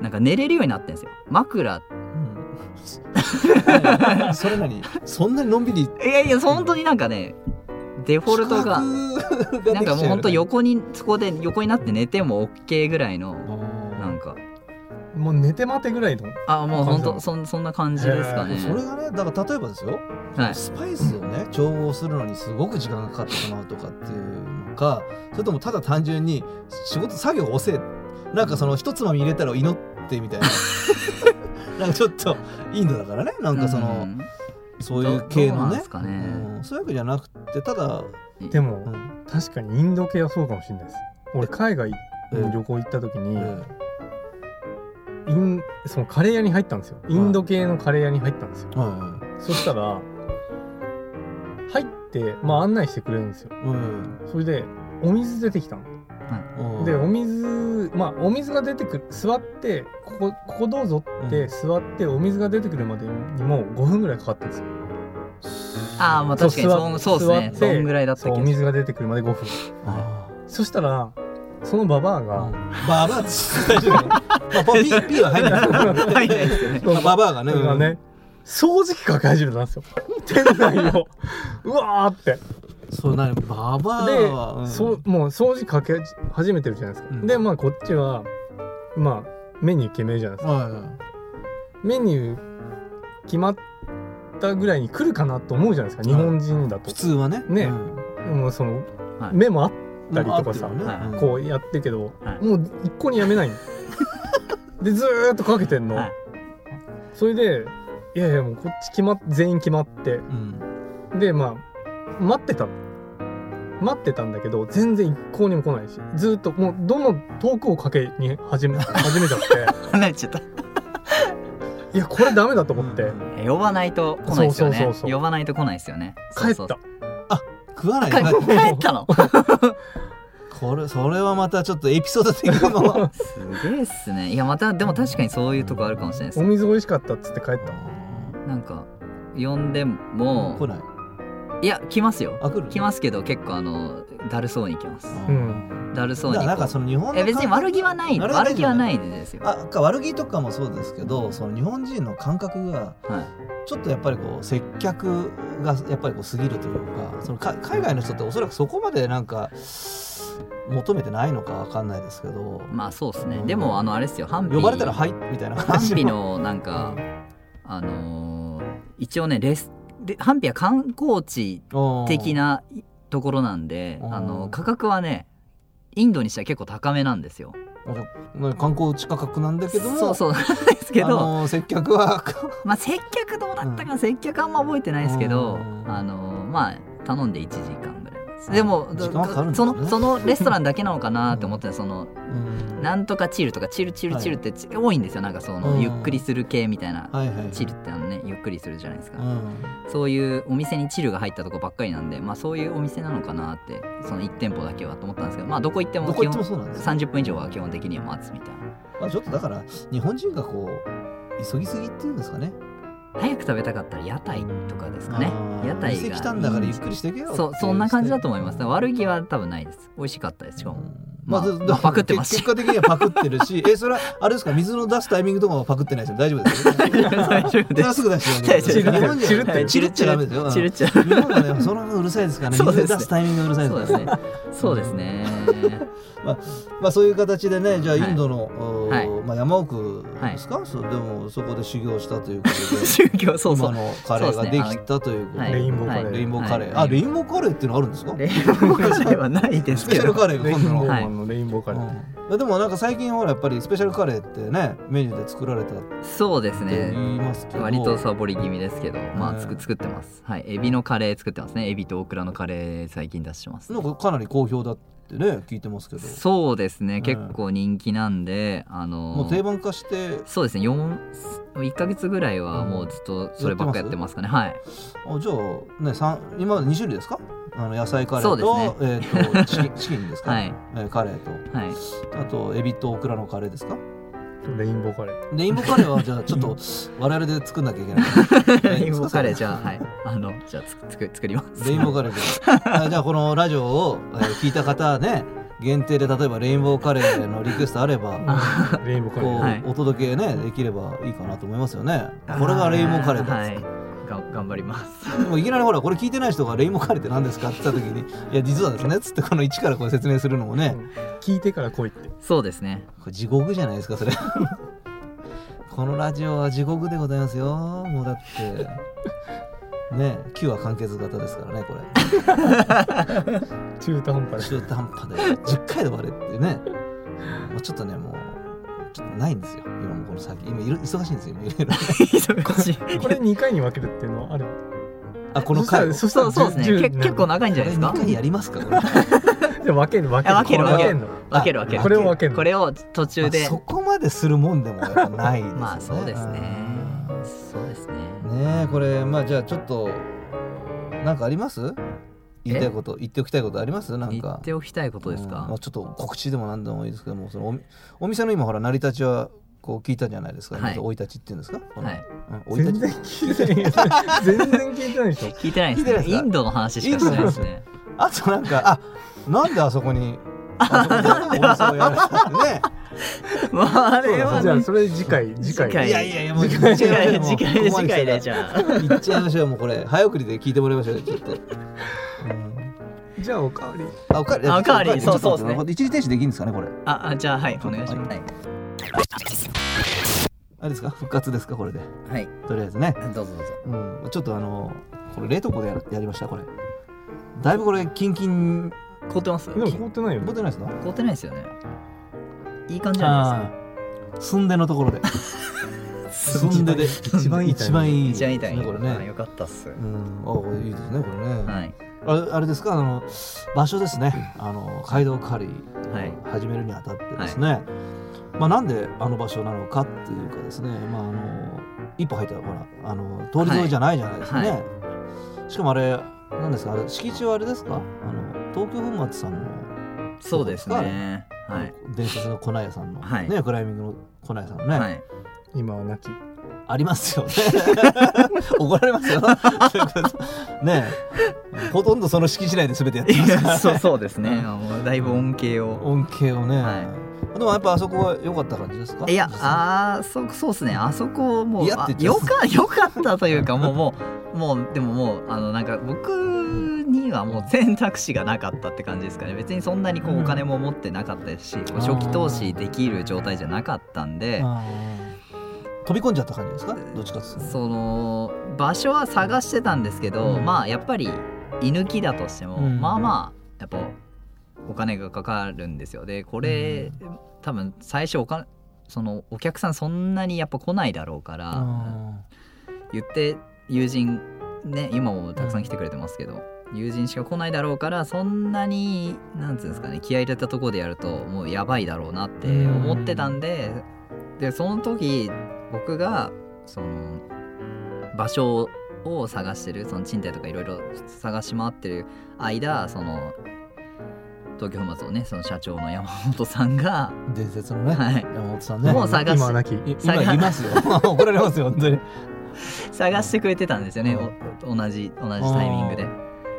B: なんか寝れるようになってるんですよ枕
A: うんそれなにそんなにのんびり
B: いやいや本当になんかねデフォルトが
A: な
B: なんかもう本当横にそこで横になって寝ても OK ぐらいのなんか
C: もう寝て待てぐらいの
B: あもう本当
C: 感じ
B: そんそんな感じですかね、
A: それがねだから例えばですよ
B: はい
A: スパイスをね調合するのにすごく時間がかかってしまうとかっていうのかそれともただ単純に仕事作業を遅えなんかその一つまみ入れたら祈ってみたい ななんかちょっとインドだからねなんかその、
B: うん
A: そういう系
B: どう
A: の
B: なん
A: ね
B: ですかね
A: うんそういうわけじゃなくてただ、
C: で
A: う
C: も
A: ん
C: 確かにインド系はそうかもしれないです俺海外に旅行行った時に、
A: うん
C: インそのカレー屋に入ったんですよインド系のカレー屋に入ったんですよ、
A: は
C: そしたら入って、まあ、案内してくれるんですよ
A: いはいうん
C: それでお水出てきたの
A: うん
C: でお水まあお水が出てくる座ってここここどうぞって座ってお水が出てくるまでにも5分ぐらいかかったんですよ
B: ああまあ確かにそん
C: そ
B: そうう
C: 座
B: ですね
C: 座って
B: そんぐらいだった
C: そう
B: け
C: お
B: ど
C: 水が出てくるまで5分
A: あ
C: そしたらそのババア
A: ー
C: が、
A: バーバーつ大丈夫まあポ P, P は 入んない ですけど
B: 入んないですよね
A: まあババアがね
C: だからね掃除機かけ始めたんですよ店内をうわーって
A: そうなにババア
C: で、
A: はうん
C: そうもう掃除かけ始めてるじゃないですか、
A: うん
C: でまあこっちはまあメニュー決めるじゃないですか
A: はいはい
C: メニュー決まったぐらいに来るかなと思うじゃないですか日本人だと
A: 普、通はね
C: ね
A: うん
C: もうその、
B: はい
C: 目もあったりとかさ、
B: はい
A: うん
C: こうやってるけど、
B: はい
C: もう一向にやめないのでずーっとかけてんの、
B: はい
C: それでいやいやもうこっち決まっ全員決まって
A: うん
C: でまあ待ってたの待ってたんだけど全然一向にも来ないしずーっともうどんどん遠くをかけに始め始めちゃって
B: 離れちゃった
C: いやこれダメだと思って、
A: うん
B: 呼ばないと来ないですよね
C: そうそうそうそう
B: 呼ばないと来ないですよね
C: 帰った
B: そうそう
A: 食わない
B: 帰
A: で
B: 帰ったの
A: これそれはまたちょっとエピソード的なの は
B: すげえっすねいやまたでも確かにそういうとこあるかもしれないで
C: お
B: す
C: 水美味しかったっつって帰ったの
B: なんか呼んでも
A: 来ない
B: いや来ますよ
A: あ来る
B: 来ますけど結構あのだるそうに来ます
A: あ
C: う
B: だる
A: だ
B: そう
A: か
B: に
A: らなんか
B: こ
A: その日本
B: う
A: の
B: え別に悪気はない
A: 悪気はない
B: 悪気はないですよは
A: あか悪気とかもそうですけどその日本人の感覚が
B: い
A: ちょっとやっぱりこう接客がやっぱりこう過ぎるというかそのか海外の人っておそらくそこまでなんか求めてないのかわかんないですけど、
B: まあそうですね
A: うん
B: でもあのあれですよハンピ
A: 呼ばれたら「はい」みたいな
B: ハ
A: 感じ
B: ンピのなんかあのー一応ねレスでハンピは観光地 的なところなんで
A: うん
B: あの価格はねインドにしては結構高めなんですよ。
A: うん観光地価格なんだけども
B: そうそうですけ
A: あ
B: ど、
A: の接客 は
B: まあ接客どうだったか接客あんま覚えてないですけ
A: う
B: ど
A: ん、
B: あのまあ頼んで1時間ぐらいです。でも
A: 時間はかかるんです
B: そ
A: ね
B: のそのレストランだけなのかなって思ってたその
A: うん
B: なんとかチルとかチルチルチルってち多いんですよなんかその
A: うん
B: ゆっくりする系みたいな
A: はいはいはい
B: チルってあのねゆっくりするじゃないです
A: う
B: か
A: ん
B: そういうお店にチルが入ったとこばっかりなんでまあそういうお店なのかなってその1店舗だけはと思ったんですけどまあどこ行っても
A: どこ
B: 基
A: 行ってもそ
B: 本
A: うなんですよ、
B: 30分以上は基本的には待つみたいな
A: まあ、ちょっとだから日本人がこう急ぎすぎっていうんですかね
B: 早く食べたかったら屋台とかですかね
A: あー
B: 屋台が
A: 店来たんだからゆっくりしてけよ
B: そうそんな感じだと思います悪気は多分ないです美味しかったですし
A: う
B: かも
A: ん
B: まあ
A: まあ、で
B: まあパクってます
A: 結結果的にはパクってるしえそれはあれですか水の出すタイミングとかはパクってないですよ大丈夫 ですよ
B: 大丈夫
A: それ
B: で
A: はす
B: す
A: ぐ出してるんで
C: 大丈夫です
A: 日 本人はね
B: チ
A: チ
B: ル
A: ル
B: っ
A: っ
B: ち
A: ち
B: ゃ
A: ゃ
B: ダ
A: ダ
B: メ
A: メ
B: で
A: ですすよ
B: よチルっちゃ
A: 日本はねその辺うるさいですからね
B: そう
A: 水
B: ですね
A: で出すタイミングがうるさい
B: そう
A: で
B: ですす
A: から
B: ねそうですね
A: まあそういう形でねじゃあ
B: は
A: イ
B: い
A: ンドの、おー
B: は
A: まあ、山奥ですか、そうでもそこで修行したということで
B: 宗教 そうそう
A: 今のカレーができたということで
B: はい
C: レインボーカレー
B: はい
A: レインボーカレー、
B: はい
A: あレインボーカレーっていうのあるんですか
B: レインボーカレーはないです
A: スペ
B: け
A: シャル
B: ど
A: カレーが
C: レイン
A: 今度
C: ボー
A: の、
B: はい
C: マンのレインボーカレー、
A: うんでもなんか最近ほらやっぱりスペシャルカレーってねメニューで作られたって
B: そうですね
A: 言いますけど、
B: 割とサボり気味ですけど、
A: う
B: まあ
A: ん
B: つく作ってますはいエビのカレー作ってますねエビとオクラのカレー最近出してます
A: なんかかなり好評だってってね聞いてますけど
B: そうです
A: う
B: ね、
A: ん
B: 結構人気なんであの
A: もう定番化して
B: そうですね41か月ぐらいはもうずっとそればっかやってますかね、はい
A: あじゃあねさん今まで2種類ですかあの野菜カレー
B: そうです
A: と,、え
B: ね
A: ーとチキン チキンですか、
B: はい
A: えーカレーと
B: はい
A: あとエビとオクラのカレーですか
C: レインボーカレー
A: レインボーカレーはじゃあちょっと我々で作んなきゃいけない
B: レインボーカレーじ
A: ゃ
B: ゃあはいあのじゃあつく作作ります
A: レインボーカレーであじゃあこのラジオをえー聞いた方ね限定で例えばレインボーカレーのリクエストあれば
C: レインボーカレ
A: こう、
C: ー
B: はい
A: お届けねできればいいかなと思いますよねこれがレインボーカレーだっつって
B: はいが頑張ります
A: でもいきなりほらこれ聞いてない人が「レインボーカレーって何ですか?」って言った時に「いや実はですね」っつってこの一からこう説明するのもね
C: うん聞いてから来いって
B: そうで すね
A: これ地獄じゃないですかそれこのラジオは地獄でございますよもうだってね9は完結型ですからねこれ
C: 中途半端で
A: 中途半端で10回で終われっていうねもうちょっとねもうちょっとないんですよ今もうこの先今いろ忙しいんですよ今いろいろ
B: 忙しい
C: これ2回に分けるっていうのはある
A: あこの回を
C: そした
B: そ
C: ら
B: うそうですねけ結構
C: な
B: 長いんじゃないですか
A: これ二回やりますかこれ
C: 分ける分ける
B: あ分ける
A: 分ける
C: んの
B: 分ける分ける
C: これを分ける
B: これを途中
A: ま
B: で
A: あそこまでするもんでもやっぱないですよね
B: まあそうですね
A: うん
B: そうですね
A: ねえこれまあじゃあちょっとなんかあります言いたいこと言っておきたいことありますなん
B: 言
A: か
B: っておきたいことです
A: うん
B: か
A: まあ、ちょっと告知でも何でもいいですけどもそのおみお店の今ほら成り立ちはこう聞いたじゃないですか
B: はい
A: 生い立ちっていうんですかこの
B: はい
A: うん生い
C: 全
A: 立
C: 然
A: ち
C: 聞いてない全然聞いてないでしょ
B: 聞いてないで
A: 聞
B: す
A: いてないで
B: ね
A: す
B: イ
A: か
B: ンドの話しかしてないですね
A: あとなんかあなんであそこにあそこでお店をやら
B: まああれは
C: じゃあ
B: ね
C: それ次回次
A: れて
B: 次
C: 回
A: ね
B: 回
A: いやいやいやもう
B: 次回
A: や
B: 次
A: めて
B: 回
A: もう
B: 次回
A: ここま来
B: 次
A: た
B: 回
A: ら
B: でじゃあ
A: 行っちゃいましょうもうこれ早送りで聞いてもらいましょうよちょっと。うん
C: じゃあおかわり
A: あおかわり
B: あおかわり
A: ちょっと
B: そうそうですね
A: ちょっと待って一時停止できるんですかねこれ
B: ああじゃあはいお願いします
A: はいあれですか復活ですかこれで
B: はい
A: とりあえずね
B: どうぞどうぞ
A: うん、ちょっとあのこれ冷凍庫でやるやりましたこれだいぶこれキンキン
B: 凍ってます
C: でも凍ってないよ
A: 持ってないですか
B: 凍ってないですよねいい感じじゃない
A: あーすんでのと ころですんでで
C: 一番いいタイミ
A: 一
C: ング
A: 番いい
B: ですか一番いいタイミン
A: これ
B: グあ
A: ね
B: よかったっす
A: うんあいいですねこれね、
B: はい
A: あれあれですかあの場所ですねあの街道カリー
B: はい
A: 始めるにあたってですね、まあなんであの場所なのかっていうかですねまああの一歩入ったらほらあの通り沿いじゃないじゃないですかね、
B: は
A: しかもあれなんですかあれ敷地はあれですかあの東京本町さんの
B: そうですねはい
A: 伝説の粉屋さんの、
B: はい
A: ねクライミングの粉屋さんのね、
B: はい
C: 今はなき
A: あります よね怒られますよねえほとんどその敷地内で全てやって
B: い
A: ますから
B: や そうそうですねもうだいぶ恩恵を
A: 恩恵をね、
B: は
A: でもやっぱあそこは良かった感じですか
B: いや
A: 実際
B: あーそそうですねあそこも
A: いうや
B: あ
A: って言
B: よ
A: っちゃ
B: かよか ったというかもうもうもうでももうあのなんか僕にはもう選択肢がなかったって感じですかね別にそんなにこ
A: う
B: うんお金も持ってなかったですし、こう
A: あー
B: 初期投資できる状態じゃなかったんで
A: あー飛び込んじゃった感じですかどっちかっつうと
B: その場所は探してたんですけど、
A: うん
B: まあやっぱり居抜きだとしても、
A: うん
B: まあまあやっぱお金がかかるんですよでこれ、多分最初お金そのお客さんそんなにやっぱ来ないだろうから。
A: あ
B: 言って友人ね今もたくさん来てくれてますけど、友人しか来ないだろうからそんなになんつうんですかね気合い入れたところでやるともうやばいだろうなって思ってたんで、でその時僕がその場所を探してるその賃貸とかいろいろ探し回ってる間その東京粉末をねその社長の山本さんが、
A: ー伝説のね、
B: はい、
A: 山本さんね
B: もう探して
C: 今はなき
A: い
B: 探
A: 今いますよ 怒られますよ本当に
B: 探してくれてたんですよね、お同じ同じタイミングで。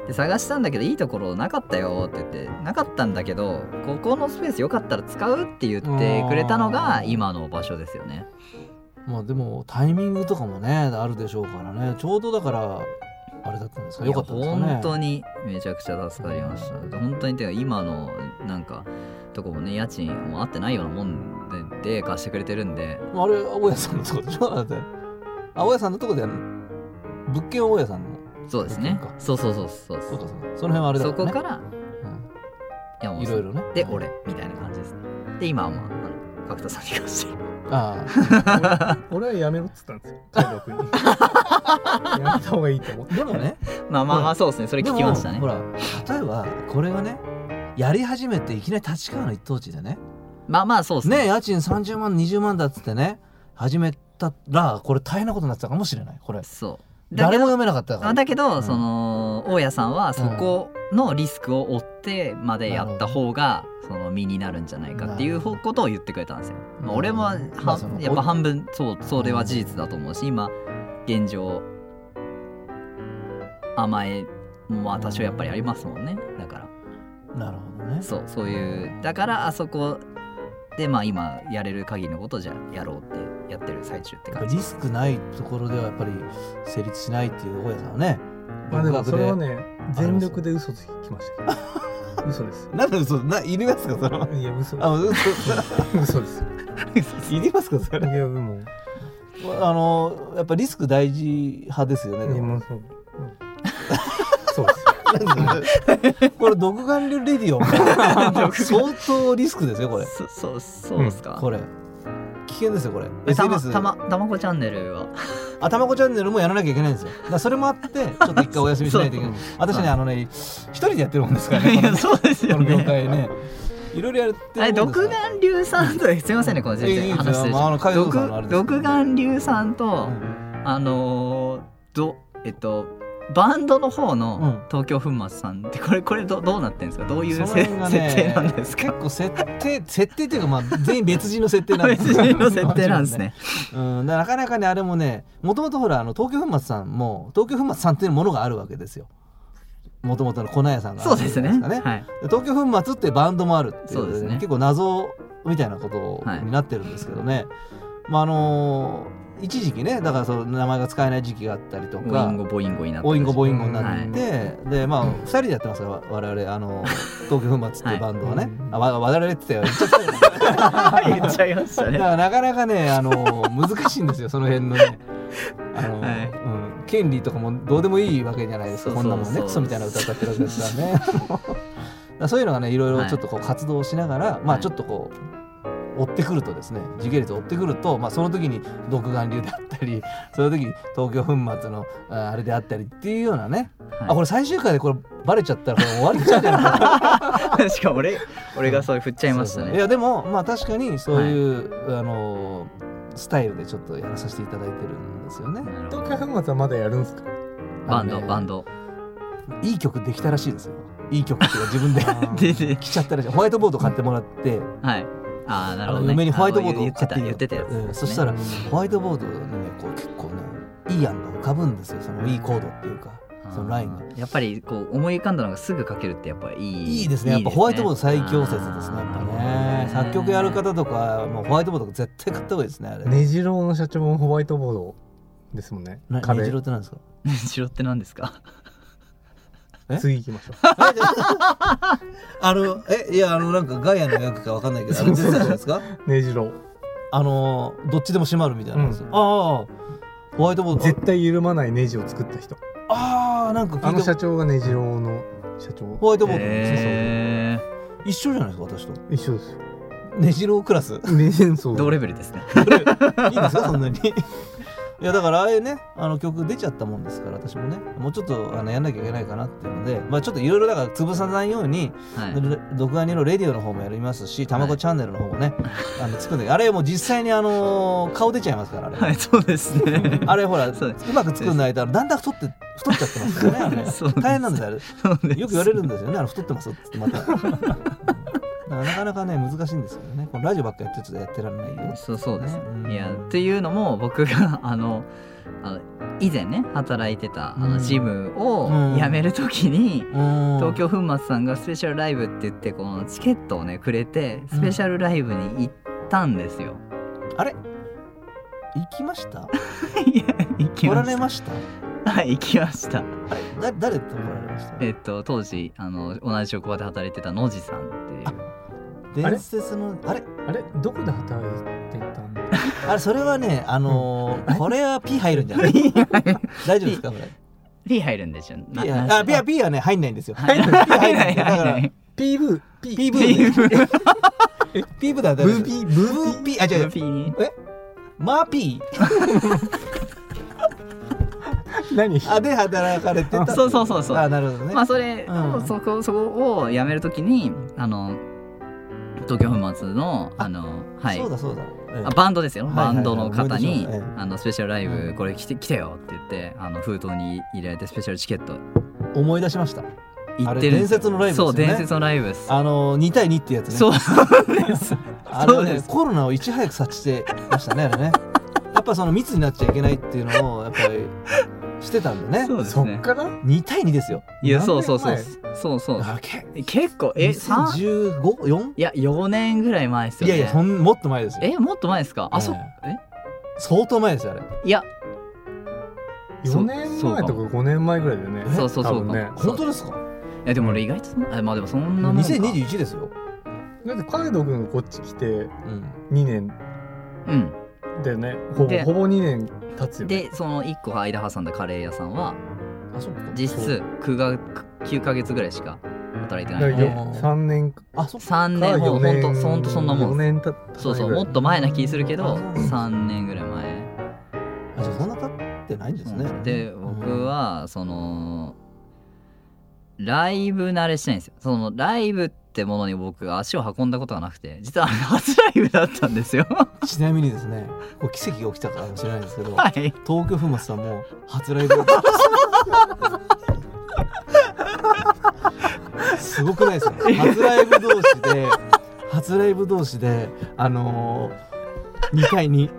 B: で探したんだけどいいところなかったよって言ってなかったんだけどここのスペースよかったら使うって言ってくれたのが
A: うん
B: 今の場所ですよね。
A: まあでもタイミングとかもねあるでしょうからねちょうどだからあれだったんですかよかったんですかね
B: いや本当にめちゃくちゃ助かりました。
A: うん
B: 本当にてか今のなんかとこもね家賃も合ってないようなもんでで貸してくれてるんで
A: まああれ青屋さんのとこでしょだって青屋さんのとこでやる物件は青屋さんの
B: そうですね
A: そうか
B: そうそうそうそう
A: そうかそ
B: そ
A: うかその辺はあれ
B: う
A: だ
B: そ
A: から
B: こ
A: ね
B: から山
A: う
B: 本
A: ん
B: さ
A: い
B: ん
A: ろいろね
B: で俺みたいな感じですね。で今はまああの角田さんに貸してる。
A: ああ
C: 俺はやめろっつったんですよ海斗 君にやめた方がいいと思って
A: でもね
B: まあまあまあそうですねそれ聞きましたね。
A: でもほら例えばこれがねやり始めていきなり立川の一等地でね
B: まあまあそうですね
A: ね家賃30万20万だっつってね始めたらこれ大変なことになってたかもしれないこれ
B: そうだけ
A: 誰も
B: ど
A: 読めなかったから
B: だけど、
A: うん
B: その大家さんはそこのリスクを負ってまでやった方がその身になるんじゃないかっていう
A: なるほど
B: ことを言ってくれたんですよ。まあ
A: うん
B: 俺もは
A: まあその
B: やっぱ半分そうそれは事実だと思うし今現状甘えもまあ多少やっぱりありますもんねだから。
A: なるほどね
B: そうそういうだからあそこでまあ今やれる限りのことをじゃあやろうってやってる最中って
A: やっぱ
B: 感じ
A: リスクないところではやっぱり成立しないっていう大家さんはね
C: まあでもそれはね
A: あれ
C: 全力で嘘つきましたけど嘘です
A: なんで嘘ないりますかそ の
C: いや嘘
A: あ嘘
C: 嘘です
A: いりますかそ
C: い
A: れ
C: やもう
A: あのやっぱリスク大事派ですよねで
C: いや
A: も
C: もう そう、うん、そうです
A: これ独眼流レディオ 相当リスクですよこれ
B: そそうそうっすか、
A: これ危険ですよこれ
B: えたま
A: SNS
B: たまたまこチャンネルは
A: あたまこチャンネルもやらなきゃいけないんですよだからそれもあってちょっと一回お休みしないといけ ない私ねあのね一人でやってるもんですからねこの
B: そうです
A: この業界ねいろいろやってるもんです
B: あれ独
A: から
B: 眼竜さんとすいませんねこの全
A: いいいい
B: 然話して
A: まああの海賊さんのあれ
B: 独
A: です
B: 独眼竜さんと、
A: うん
B: あのーどえっとバンドの方の
A: うん
B: 東京粉末さんってこれこれどどうなってんですかどういう
A: その
B: せ、
A: 辺がね
B: 設定なんですか
A: 結構設定設定っていうかまあ全員別人の設定なんです
B: 別人の設定なんで すね
A: うん、だからなかなかねあれもねもともとほらあの東京粉末さんも東京粉末さんっていうものがあるわけですよもともとの粉屋さんがある
B: そう
A: わけ
B: です
A: じゃな
B: ね
A: いか
B: はい
A: で東京粉末ってバンドもあるっていうこと
B: そうで
A: です
B: ね
A: 結構謎みたいなこと
B: はい
A: になってるんですけどね、まああのー一時期ねだからその名前が使えない時期があったりと
B: ボイン
A: か
B: ゴボインゴになって
A: オインゴボインゴ
C: ゴ
A: になって、でまあ2人でやってますから我々あの東京粉末っていうバンドはね、あわ我々って言ってたよ言っちゃったよ
B: 言っちゃいました
A: だか
B: ね。
A: らなかなか ね、あの難しいんですよ、その辺のね。あの
B: はい
A: うん、権利とかもどうでもいいわけじゃないですか、
B: そう
A: こ
B: そうん
A: なもんね、
B: そう
A: クソみたいな歌歌ってるわけです からね。だからそういうのがね、いろいろちょっとこう活動しながら、まあちょっとこう、追ってくるとですね、時系列を追ってくると、まあその時に独眼流であったり、その時に東京粉末のああれであったりっていうようなね、 あ、これ最終回でこれバレちゃったらこれ終わりちゃうんじゃないかな
B: れしかも俺俺がそう振っちゃいました
A: そうそう
B: ね。
A: やでもまあ確かにそういう、あのスタイルでちょっとやらさせていただいてるんですよね。
B: なるほど
C: 東京粉末はまだやるんですか
B: バンド
A: あのね
B: バンド
A: いい曲できたらしいですよ。いい曲っていうか自分で
B: でで
A: 来ちゃったらしい。ホワイトボード買ってもらって、
B: はい。あ あなるほど
A: あの
B: ね。
A: 嫁にホワイトボー
B: あ
A: ド
B: 言
A: を
B: っ
A: 買
B: て
A: って
B: た
A: いいよ
B: 言ってたやつですね、
A: うんそしたらホワイトボードにねこう結構ねいい案が浮かぶんですよ。そのいいコードっていうかそのラインが。
B: あーやっぱりこう思い浮かんだのがすぐ書けるってやっぱりいい
A: いいですね。やっぱホワイトボード最強説ですね。やっぱね。作曲やる方とか、もうホワイトボード絶対買った方がいいですね。あれ。
C: ねじろうの社長もホワイトボードですもんね
A: なね
C: 壁
A: じろうって何ですか。
B: 白って何ですか
A: え
C: 次行きましょう
A: あのえいやあのなんかガイアの役かわかんないけどあれ出てたじゃないですか
C: ねじろう
A: あのどっちでも閉まるみたいなやつ、
C: うん
A: ああホワイトボード
C: 絶対緩まないネジを作った人
A: ああなんか
C: あ
A: 聞
C: の
A: いた
C: 社長がネジローの社長
A: ホワイトボード、
B: へ
A: そうそう一緒じゃないですか私と
C: 一緒ですよ
A: ねじろうクラスいいん
C: ねそう
B: ー同レベルですね。
A: ですかそんなにいやだからああいうねあの曲出ちゃったもんですから私もねもうちょっとあのやんなきゃいけないかなっていうのでまあちょっといろいろだから潰さないように
B: はい。
A: で独眼流のレディオの方もやりますし、たまごチャンネルの方もね、あの作んで、あれもう実際にあのー顔出ちゃいますから、あれ。
B: はいそうですね。
A: あれほら、う
B: そうです
A: まく作んないと、あのだんだん太って、太っちゃってますからねあれ
B: そうです
A: 大変なんです、あれ。
B: そうです
A: よく言われるんですよね、あの太ってますって言 って、また。うんだからなかなかね、難しいんですけどね、このラジオばっかやってるとやってられないよ。
B: そうそうですね。
A: うん
B: いやっていうのも僕があのあの以前ね働いてたあ
A: う
B: の
A: ん
B: ジムを辞める時に、東京粉末さんがスペシャルライブって言ってこのチケットをねくれてスペシャルライブに行ったんです よ。
A: あれ行きました
B: いや行き
A: 来ら
B: ま
A: れ
B: し
A: ました
B: た。はい行きました。
A: あれだ誰と来られました
B: えっと当時あの同じ職場で働いてた野地さんっていう。
A: 伝説の、あれ
C: あれどこで働いてたんだ
A: あれそれはね、あのーこれは P 入るんじゃ ない大丈夫ですかこれ
B: P 入るんでしょ。な
A: P
B: な
A: はあ P は P はね入んないんですよ。
B: 入ら
A: P
B: ない
A: は
B: 入
A: 入んな
B: ら
A: んですよ
B: ないい
A: だから
C: P ブ P
A: P ブ
B: 入
A: ー
B: らない
A: P ブーだ
C: ブ
A: ダメです。
C: ーピーブ
A: ブ
C: ー
A: ー P あ違う違う
B: P に
A: マー P
C: ピー何
A: あで働かれてた
B: そうそうそうそう
A: あなるほどね、
B: まあそれ、
A: うん
B: そこそこをやめるときにあの東京粉末のあのはい
A: そうだそうだ、ええ
B: あバンドですよ、
A: はいはいはい
B: バンドの方に、
A: 思い出しましたえ
B: あのスペシャルライ
A: う
B: ブ
A: ん
B: これ来て来てよって言ってあの封筒に入れられてスペシャルチケット
A: 思い出しました
B: 行
A: あ
B: っ
A: れ
B: てるん
A: 伝説のライブですよね
B: そう伝説のライブです
A: あの2対2ってやつね
B: そうです
A: あれは
B: そうで
A: ね
B: す
A: コロナをいち早く察知してましたねあれ ねやっぱその密になっちゃいけないっていうのをやっぱりしてたんだね
B: そうです
C: そ
B: ね
C: っから
A: 2対2ですよ
B: いや
C: 何年前
B: そうそうそうそうそう
A: だけ
B: 結構え三
A: 2015?4?
B: いや4年ぐらい前です
A: い
B: よね
A: やいやそんもっと前ですよ
B: えもっと前ですか
A: え
B: あ、
A: え
B: そえ
A: 相当前ですよあれ
B: いやそ
C: 4年
B: そう
C: 前
B: か
C: とか5年前ぐらいだよね
B: そうそうそう
C: 多分ね
B: そう
A: 本当ですか
B: いやでも俺意外とそんなあまあでもそんなもんか
A: 2021ですよ、
C: だってカイドくんがこっち来て2
A: うん、
C: 年
B: うん
C: だよねほぼ
B: で
C: ほぼ2年経つよね
B: でその1個間挟んだカレー屋さんは
A: あそうか
B: 実質9が9ヶ月ぐらいしか働いて
C: だ
B: ないの
C: か
B: で
A: よ
C: ら3年か
A: あそうか
B: 3年ほ
C: 4
B: んとほ
C: 年
B: んとほんとそんなも
C: 4
B: んです
C: 年経っ
B: そうそうもっと前な気するけど
A: あそうなんです
B: 3年ぐらい前
A: あじゃあそんな経ってないんですね、
B: で僕はそのライブ慣れしてないんですよそのライブってものに僕が足を運んだことがなくて実はあれ初ライブだったんで すよ
A: ちなみにですねこう奇跡が起きたかもしれないんですけど、
B: はい
A: 東京粉末さんも初ライブすごくないですか初ライブ同士で初ライブ同士であのー、2対2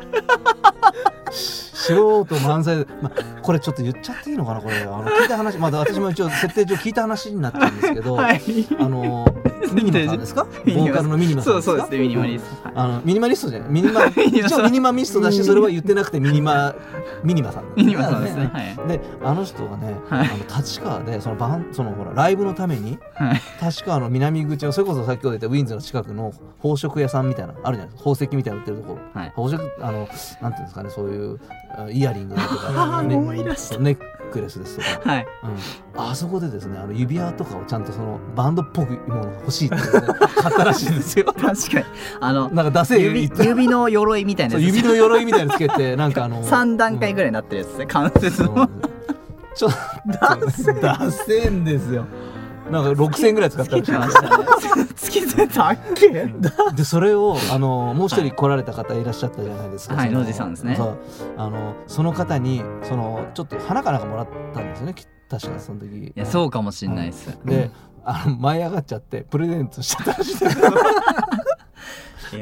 A: 素人満載で、まあ、これちょっと言っちゃっていいのかなこれあの聞いた話まだ私も一応設定上聞いた話になったんですけど、
B: はい
A: あのー、ミニマさんですかボ
B: ミニマ
A: ーカルのミニマさん
B: そ
A: です
B: う
A: か
B: そうですねミニマリストはい
A: あのミニマリストじゃないミニ マ
B: ニマ
A: 一応ミニマミストだしそれは言ってなくてミニマミニマさんだね
B: ミニマさんですねはい
A: であの人がね、
B: はい
A: あの立川でそのバンそのほらライブのために
B: はい
A: 立川の南口のそれこそ先ほど言ったウィンズの近くの宝飾屋さんみたいなのあるじゃないですか宝石みたいなの売ってるところ
B: はい
A: 宝飾あのなんていうんですかねそういうあイヤリングだと
B: あ
A: か、
B: ー
A: ね
B: 思い出した
A: ネックレスですとか、
B: はい。
A: うんあそこでですねあの指輪とかをちゃんとそのバンドっぽくものが欲しいっていうので買ったらしいんですよ
B: 確かにあの
A: なんか出せ
B: 指指の鎧みたいな
A: そう
B: やつ
A: 指の鎧みたいにつけてなん かあの
B: 3段階ぐらいになってるやつですね関節
A: うん
B: の
A: ちょっと出せんですよなんか6000円ぐらい使っ
B: つ
A: たら
B: け
A: してい
B: ましたねつけてたっけ
A: でそれをあのもう一人来られた方いらっしゃったじゃないですか
B: はい
A: その
B: ロジさんですね
A: そうあのその方にそのちょっと花かなんかもらったんですよねき確かその時
B: いやそうかもしんないっす
A: であの舞い上がっちゃってプレゼントしちゃったらしいんですけど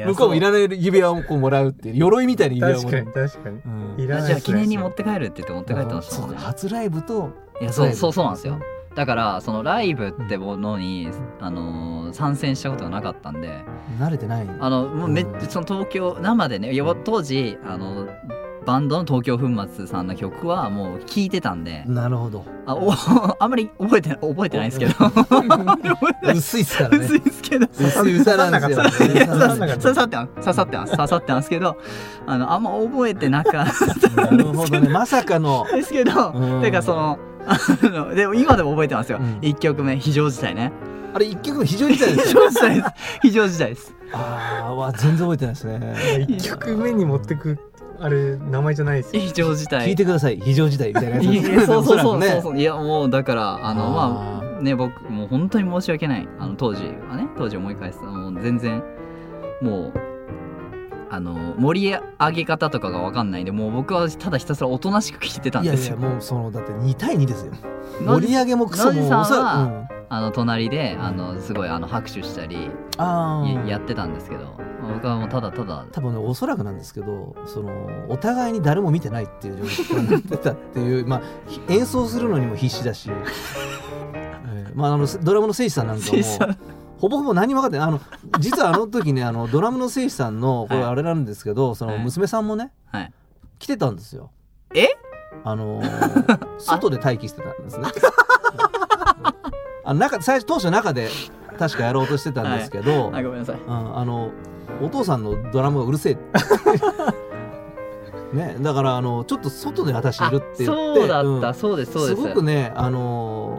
A: 向こうもい
B: ん
A: らない指輪をこうもらうっていう鎧みたいな指輪を
C: 確
A: も
C: からに確かに
A: うん
C: いらない
B: じゃあ
C: です
B: 記
C: ね
B: 念に持って帰るって言って持って帰ってまし
A: そ
B: た
A: う
B: ね
A: 初ライブと
B: いやそうそうそうなんですよだからそのライブってものに、あのー参戦したことがなかったんで
A: 慣れてない
B: あのもうめっ
A: うん
B: その東京生でねいや当時あのバンドの東京粉末さんの曲はもう聴いてたんで、
A: なるほど
B: あお あんまり覚えてない覚えてないですけど 覚えてない
A: 薄いっす からね
B: 薄いですけど
A: 薄い歌なんですよ
C: 薄い
B: いや
C: 歌な
B: 刺
C: んだ
B: さ
C: けど
B: 刺さってます刺さってます刺さってますけどあのあんま覚えてなかった
A: なるほどねまさかの
B: ですけど
A: うん
B: てかそのあのでも今でも覚えてますよ、
A: うん
B: 一1曲目非常事態ね
A: あれ一曲も非常に痛いで
B: 非
A: す
B: 常事態です非常事態です
A: ああわ全然覚えてないですね
C: 1曲目に持ってくあれ名前じゃないですよ
B: 非常事態
A: 聞いてください非常事態みたいなやつ
B: い
A: です
B: や
A: ね
B: そうそうそ
A: おそ
B: うそう
A: ら
B: そ
A: くね
B: う、いやもうだからあの
A: あー
B: まあね僕もう本当に申し訳ないあの当時はね当時思い返すともう全然もうあの盛り上げ方とかが分かんないんでもう僕はただひたすらおとなしく聞いてたん
A: いや
B: で
A: い
B: す
A: や
B: よ。
A: もうそのだって二対二ですよ
B: の
A: 盛り上げもクソも
B: 野地
A: おそ
B: さ
A: ら
B: ん
A: く
B: は
A: うん
B: あの隣であのすごいあの拍手したり
A: あ
B: や
A: ー
B: やってたんですけどまあ僕はもうただただ
A: 多分ねおそらくなんですけどそのお互いに誰も見てないっていう状況になってたっていうまあひ演奏するのにも必死だし、えーまあ、あのドラムの誠司さんなんか
B: せいさん
A: もほぼほぼ何も分かってないあの実はあの時ねあのドラムの誠司さんのこれ
B: はい
A: あれなんですけど、その
B: はい
A: 娘さんもね
B: はい
A: 来てたんですよ。
B: え
A: あの ー外で待機してたんですね。 あ中最初当初中で確かやろうとしてたんですけど、
B: あごめんなさい
A: うんあのお父さんのドラムがうるせ えねだからあのちょっと外で私いるって言って
B: そうだった、
A: うん
B: そうですそうです
A: ごくねあのー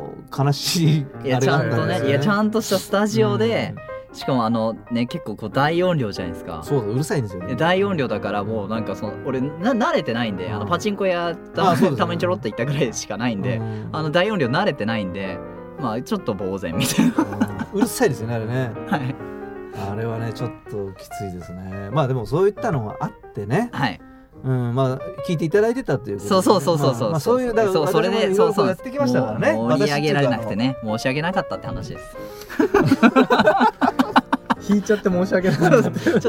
A: 悲しい
B: いや
A: あれ
B: ち
A: だ
B: ゃ
A: っ
B: ん
A: た
B: と
A: んですよ
B: ねいやちゃんとしたスタジオで、しかもあのね結構こう大音量じゃないですか
A: そうだうるさいんですよね
B: で大音量だからもうなんかその俺な慣れてないんで、あの
A: うん
B: パチンコ屋
A: あ
B: た,、
A: そうですね
B: たまにちょろっと行ったぐらいしかないんで、
A: うん
B: あの大音量慣れてないんでまあちょっと呆然みたいな
A: うんうるさいですよねあれね
B: はい
A: あれはねちょっときついですねまあでもそういったのがあってね、
B: はい
A: うん、まあ聞いていただいてたっていうことで
B: そうそうそうそうそう、
A: まあまあそういうだから
B: そうそれで
A: 私
B: そ
A: も
B: うそ
A: いろいろ
B: う
A: やってきましたからね
B: もう盛り上げられなくてね申し訳なかったって話です
C: 引いちゃって申し訳ない
B: ち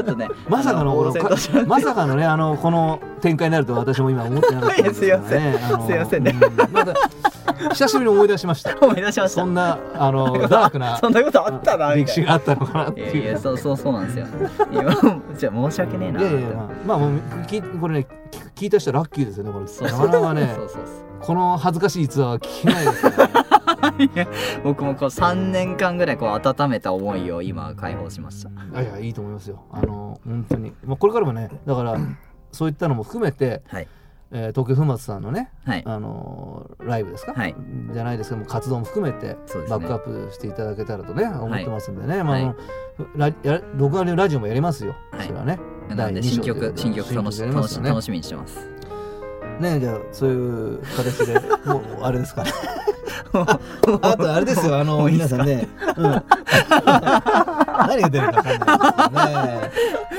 B: ょっと ね
A: まさかの
B: あ
A: こ
B: 呆
A: の
B: 然としちゃって
A: まさかのねあのこの展開になるとは私も今思ってなかったんですけどねあの
B: すいませんね
A: うんまだ久しぶりに思い出しました
B: 思い出しました
A: そんなあのダークな
B: そんなことあったなみ
A: 歴
B: たい
A: 史
B: な
A: があったのかなっ
B: い
A: て
B: や
A: いう
B: いやそうそうそうなんですよ今じゃあ申し訳ねえないーっ
A: や
B: て
A: いやまあ、まあ、もう聞いこれね聞く聞いた人はラッキーですよねこれ
B: そう
A: なかなかね
B: そうそうそ
A: この恥ずかしいツアーは聞けないですから
B: ういや僕もこう3年間ぐらいこう温めた思いを 今解放しました
A: いやいやいいと思いますよあの本当に、まあ、これからもねだからそういったのも含めて、
B: はい
A: えー東京粉末さんのね
B: はい
A: あのライブですか、
B: はい
A: じゃないですけども活動も含めて
B: そうで
A: バ
B: すね
A: ックアップしていただけたらとね思ってますんでね、まあ
B: は
A: あ
B: い
A: のラや録画のラジオもやりますよ、
B: はい
A: それはね
B: なの
A: 第
B: で
A: 二章
B: 新
A: という
B: 曲
A: ことで
B: 新曲楽し
A: 新曲やりま
B: 楽
A: す
B: し
A: よね
B: 楽しみにしてます
A: ねじゃあそういう形 でもうあれですかね あとあれですよあの
B: もういいで
A: 皆
B: す
A: さ
B: か
A: んね、うん、 何が出るか分かんないですけどね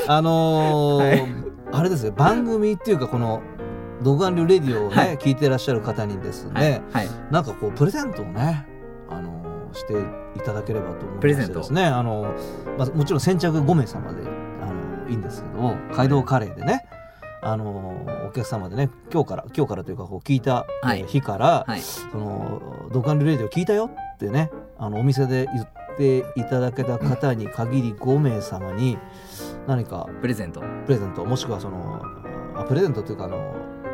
A: あのーあれですよ番組っていうかこの「独眼流レディオ」をね、
B: はい
A: 聞いてらっしゃる方にですね、
B: はいはい
A: なんかこうプレゼントをね、あのしていただければと思いま
B: プレゼ
A: し
B: ン
A: て
B: ト
A: ですねあの、まあ、もちろん先着5名様であのいいんですけど街道カレーでねあのお客様でね今日から今日からというかこう聞いた
B: はい
A: 日から
B: はい
A: 「そのドカンルレディオ聞いたよ」ってねあのお店で言っていただけた方に限り5名様に何か
B: プレゼント
A: プレゼントもしくはそのあプレゼントというかあの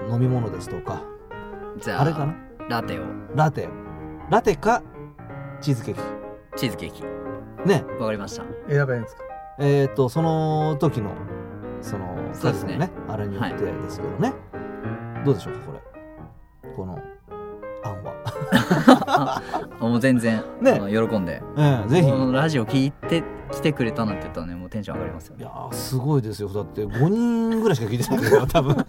A: 飲み物ですとか
B: じゃあ
A: あれかな
B: ラテを
A: ラテラテかチーズケーキ
B: チーズケーキ
A: ね
B: わかりました
C: 選べるんですか
A: えっ、とその時のその
B: そうですね
A: 数のあれによってですけどね、どうでしょうかこれこの案 は、
B: もう全然、
A: ね
B: あの喜んで
A: ええぜひ
B: このラジオ聞いて来てくれたなんて言ったらねもうテンション上がりますよ
A: い
B: ね
A: やーすごいですよだって5人ぐらいしか聞いてないから 多分ね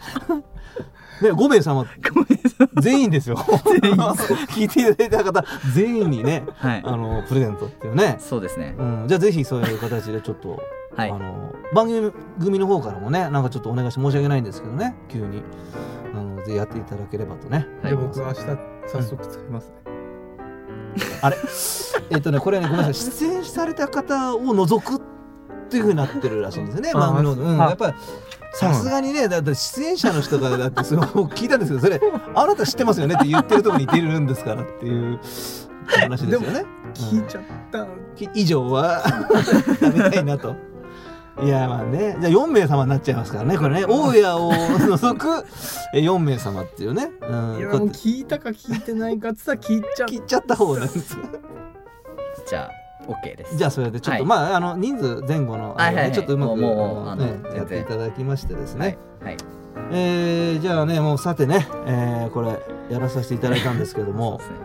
A: 5名様
B: ごめんなさい
A: 全員ですよ 聞いていただいた方全員にね
B: はい
A: あのプレゼントっていうね、
B: そうですね
A: うん、じゃあぜひそういう形でちょっと
B: はい
A: あの番組の方からもねなんかちょっとお願いして申し訳ないんですけどね急にあのぜひやっていただければとね
B: は
C: じ
B: い
C: ゃあ僕明日早速作りますね
A: あれ えっとねこれねごめんなさい出演された方を除くっていうふうになってるらしいんですよね
C: あ
A: 番組の、うん、
C: あ
A: やっぱりさすがにねだって出演者の人がだってそれを聞い たんですけどそれあなた知ってますよねって言ってるとこに出るんですからっていう話ですよね。
C: 聞いちゃった
A: き以上は 食べたいなと。いやまあねじゃあ4名様になっちゃいますからねこれね大家を除くえ4名様っていうね、うん、
C: いや
A: こうや
C: もう
A: って
C: 聞いたか聞いてないかっつったら聞いちゃっ
A: 切っちゃった方なん です
B: じゃあ OK です
A: じゃあそれでちょっと、
B: はい
A: まああの人数前後のあれね
B: はいはいはい
A: ちょっとうまく
B: もうもう
A: あの
B: あの
A: ね
B: 全然
A: やっていただきましてですね、
B: はい
A: えーじゃあねもうさてね、えーこれやらさせていただいたんですけど
B: そう
A: も
B: で、すね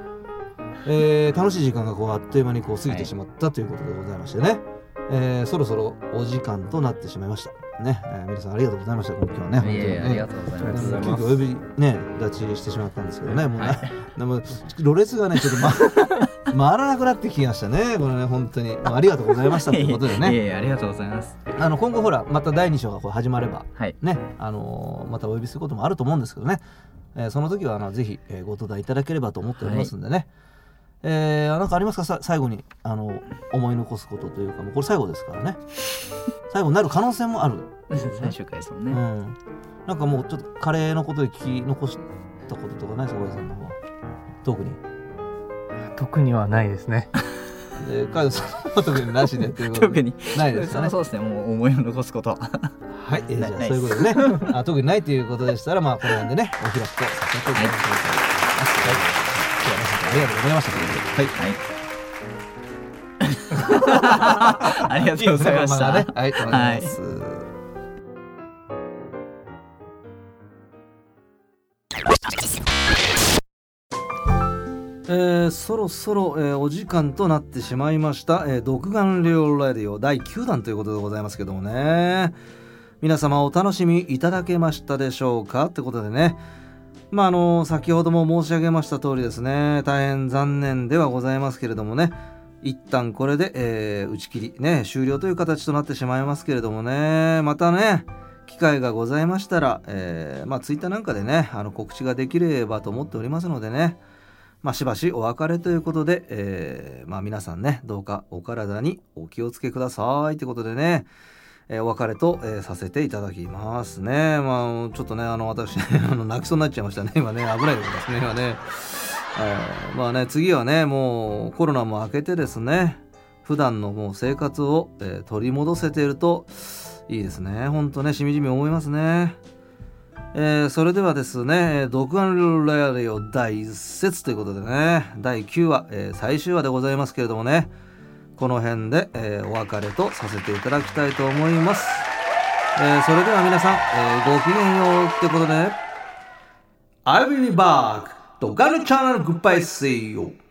A: えー楽しい時間がこうあっという間にこう過ぎ
B: は
A: て
B: い
A: しまったということでございましてね、えーそろそろお時間となってしまいましたね、えー皆さんありがとうございました今日はね本当に
B: いえいえありが
A: ね
B: とうござい
C: あり
B: ま
C: がとう
B: す
C: ござい
A: 急遽
C: ます
A: お呼びね立ちしてしまったんですけどねもうね、
B: は
A: でもろれつがねちょっと、ま、 回らなくなってきましたねこれね本当にまあありがとうございましたということで
B: い
A: ね
B: えいえありがとうございます
A: あの今後ほらまた第2章がこう始まれば
B: はい
A: ねあのーまたお呼びすることもあると思うんですけどね、えーその時はあのぜひ、えーご登壇いただければと思っておりますんでね、えー、あなんかありますかさ最後にあの思い残すことというかもうこれ最後ですからね最後になる可能性もある、
B: 最終回ですもん
A: う
B: ね、
A: ん、なんかもうちょっとカレーのことで聞き残したこととかないですか小林さんの方は特に
C: 特にはないですね
A: で海斗さんは特になしでということ
B: 特
A: で
B: に
A: ないですかね
B: そうですねもう思いを残すこ とは
A: はい、えー、じゃあ
B: ない
A: そういうことでね あ特にないということでしたらまあこの辺でねお開きとさせていただきたいと思います、今日は皆さんありがとうございましたはい
B: はい。ありがとうございました。
A: ね、はい、お願いします、
D: えー
A: そろそろ、えーお時間となってしまいました「えー独眼両ラディオ」第9弾ということでございますけどもね皆様お楽しみいただけましたでしょうかってことでねまああの先ほども申し上げました通りですね大変残念ではございますけれどもね一旦これで、えー打ち切りね終了という形となってしまいますけれどもねまたね機会がございましたら、えーまあツイッターなんかでねあの告知ができればと思っておりますのでねまあ、しばしお別れということで、えーまあ、皆さんねどうかお体にお気をつけくださいということでね、えーお別れと、えーさせていただきますねまあちょっとねあの私 あの泣きそうになっちゃいましたね今ね危ないですね今ね、えーまあね次はねもうコロナも明けてですね普段のもう生活を、えー取り戻せているといいですねほんとねしみじみ思いますねえーそれではですねえー「独眼ラレオ第1節」ということでね第9話、えー最終話でございますけれどもねこの辺で、えーお別れとさせていただきたいと思います、えーそれでは皆さん、えーごきげんようってことで I'll be back 独眼チャンネルグッバイ See you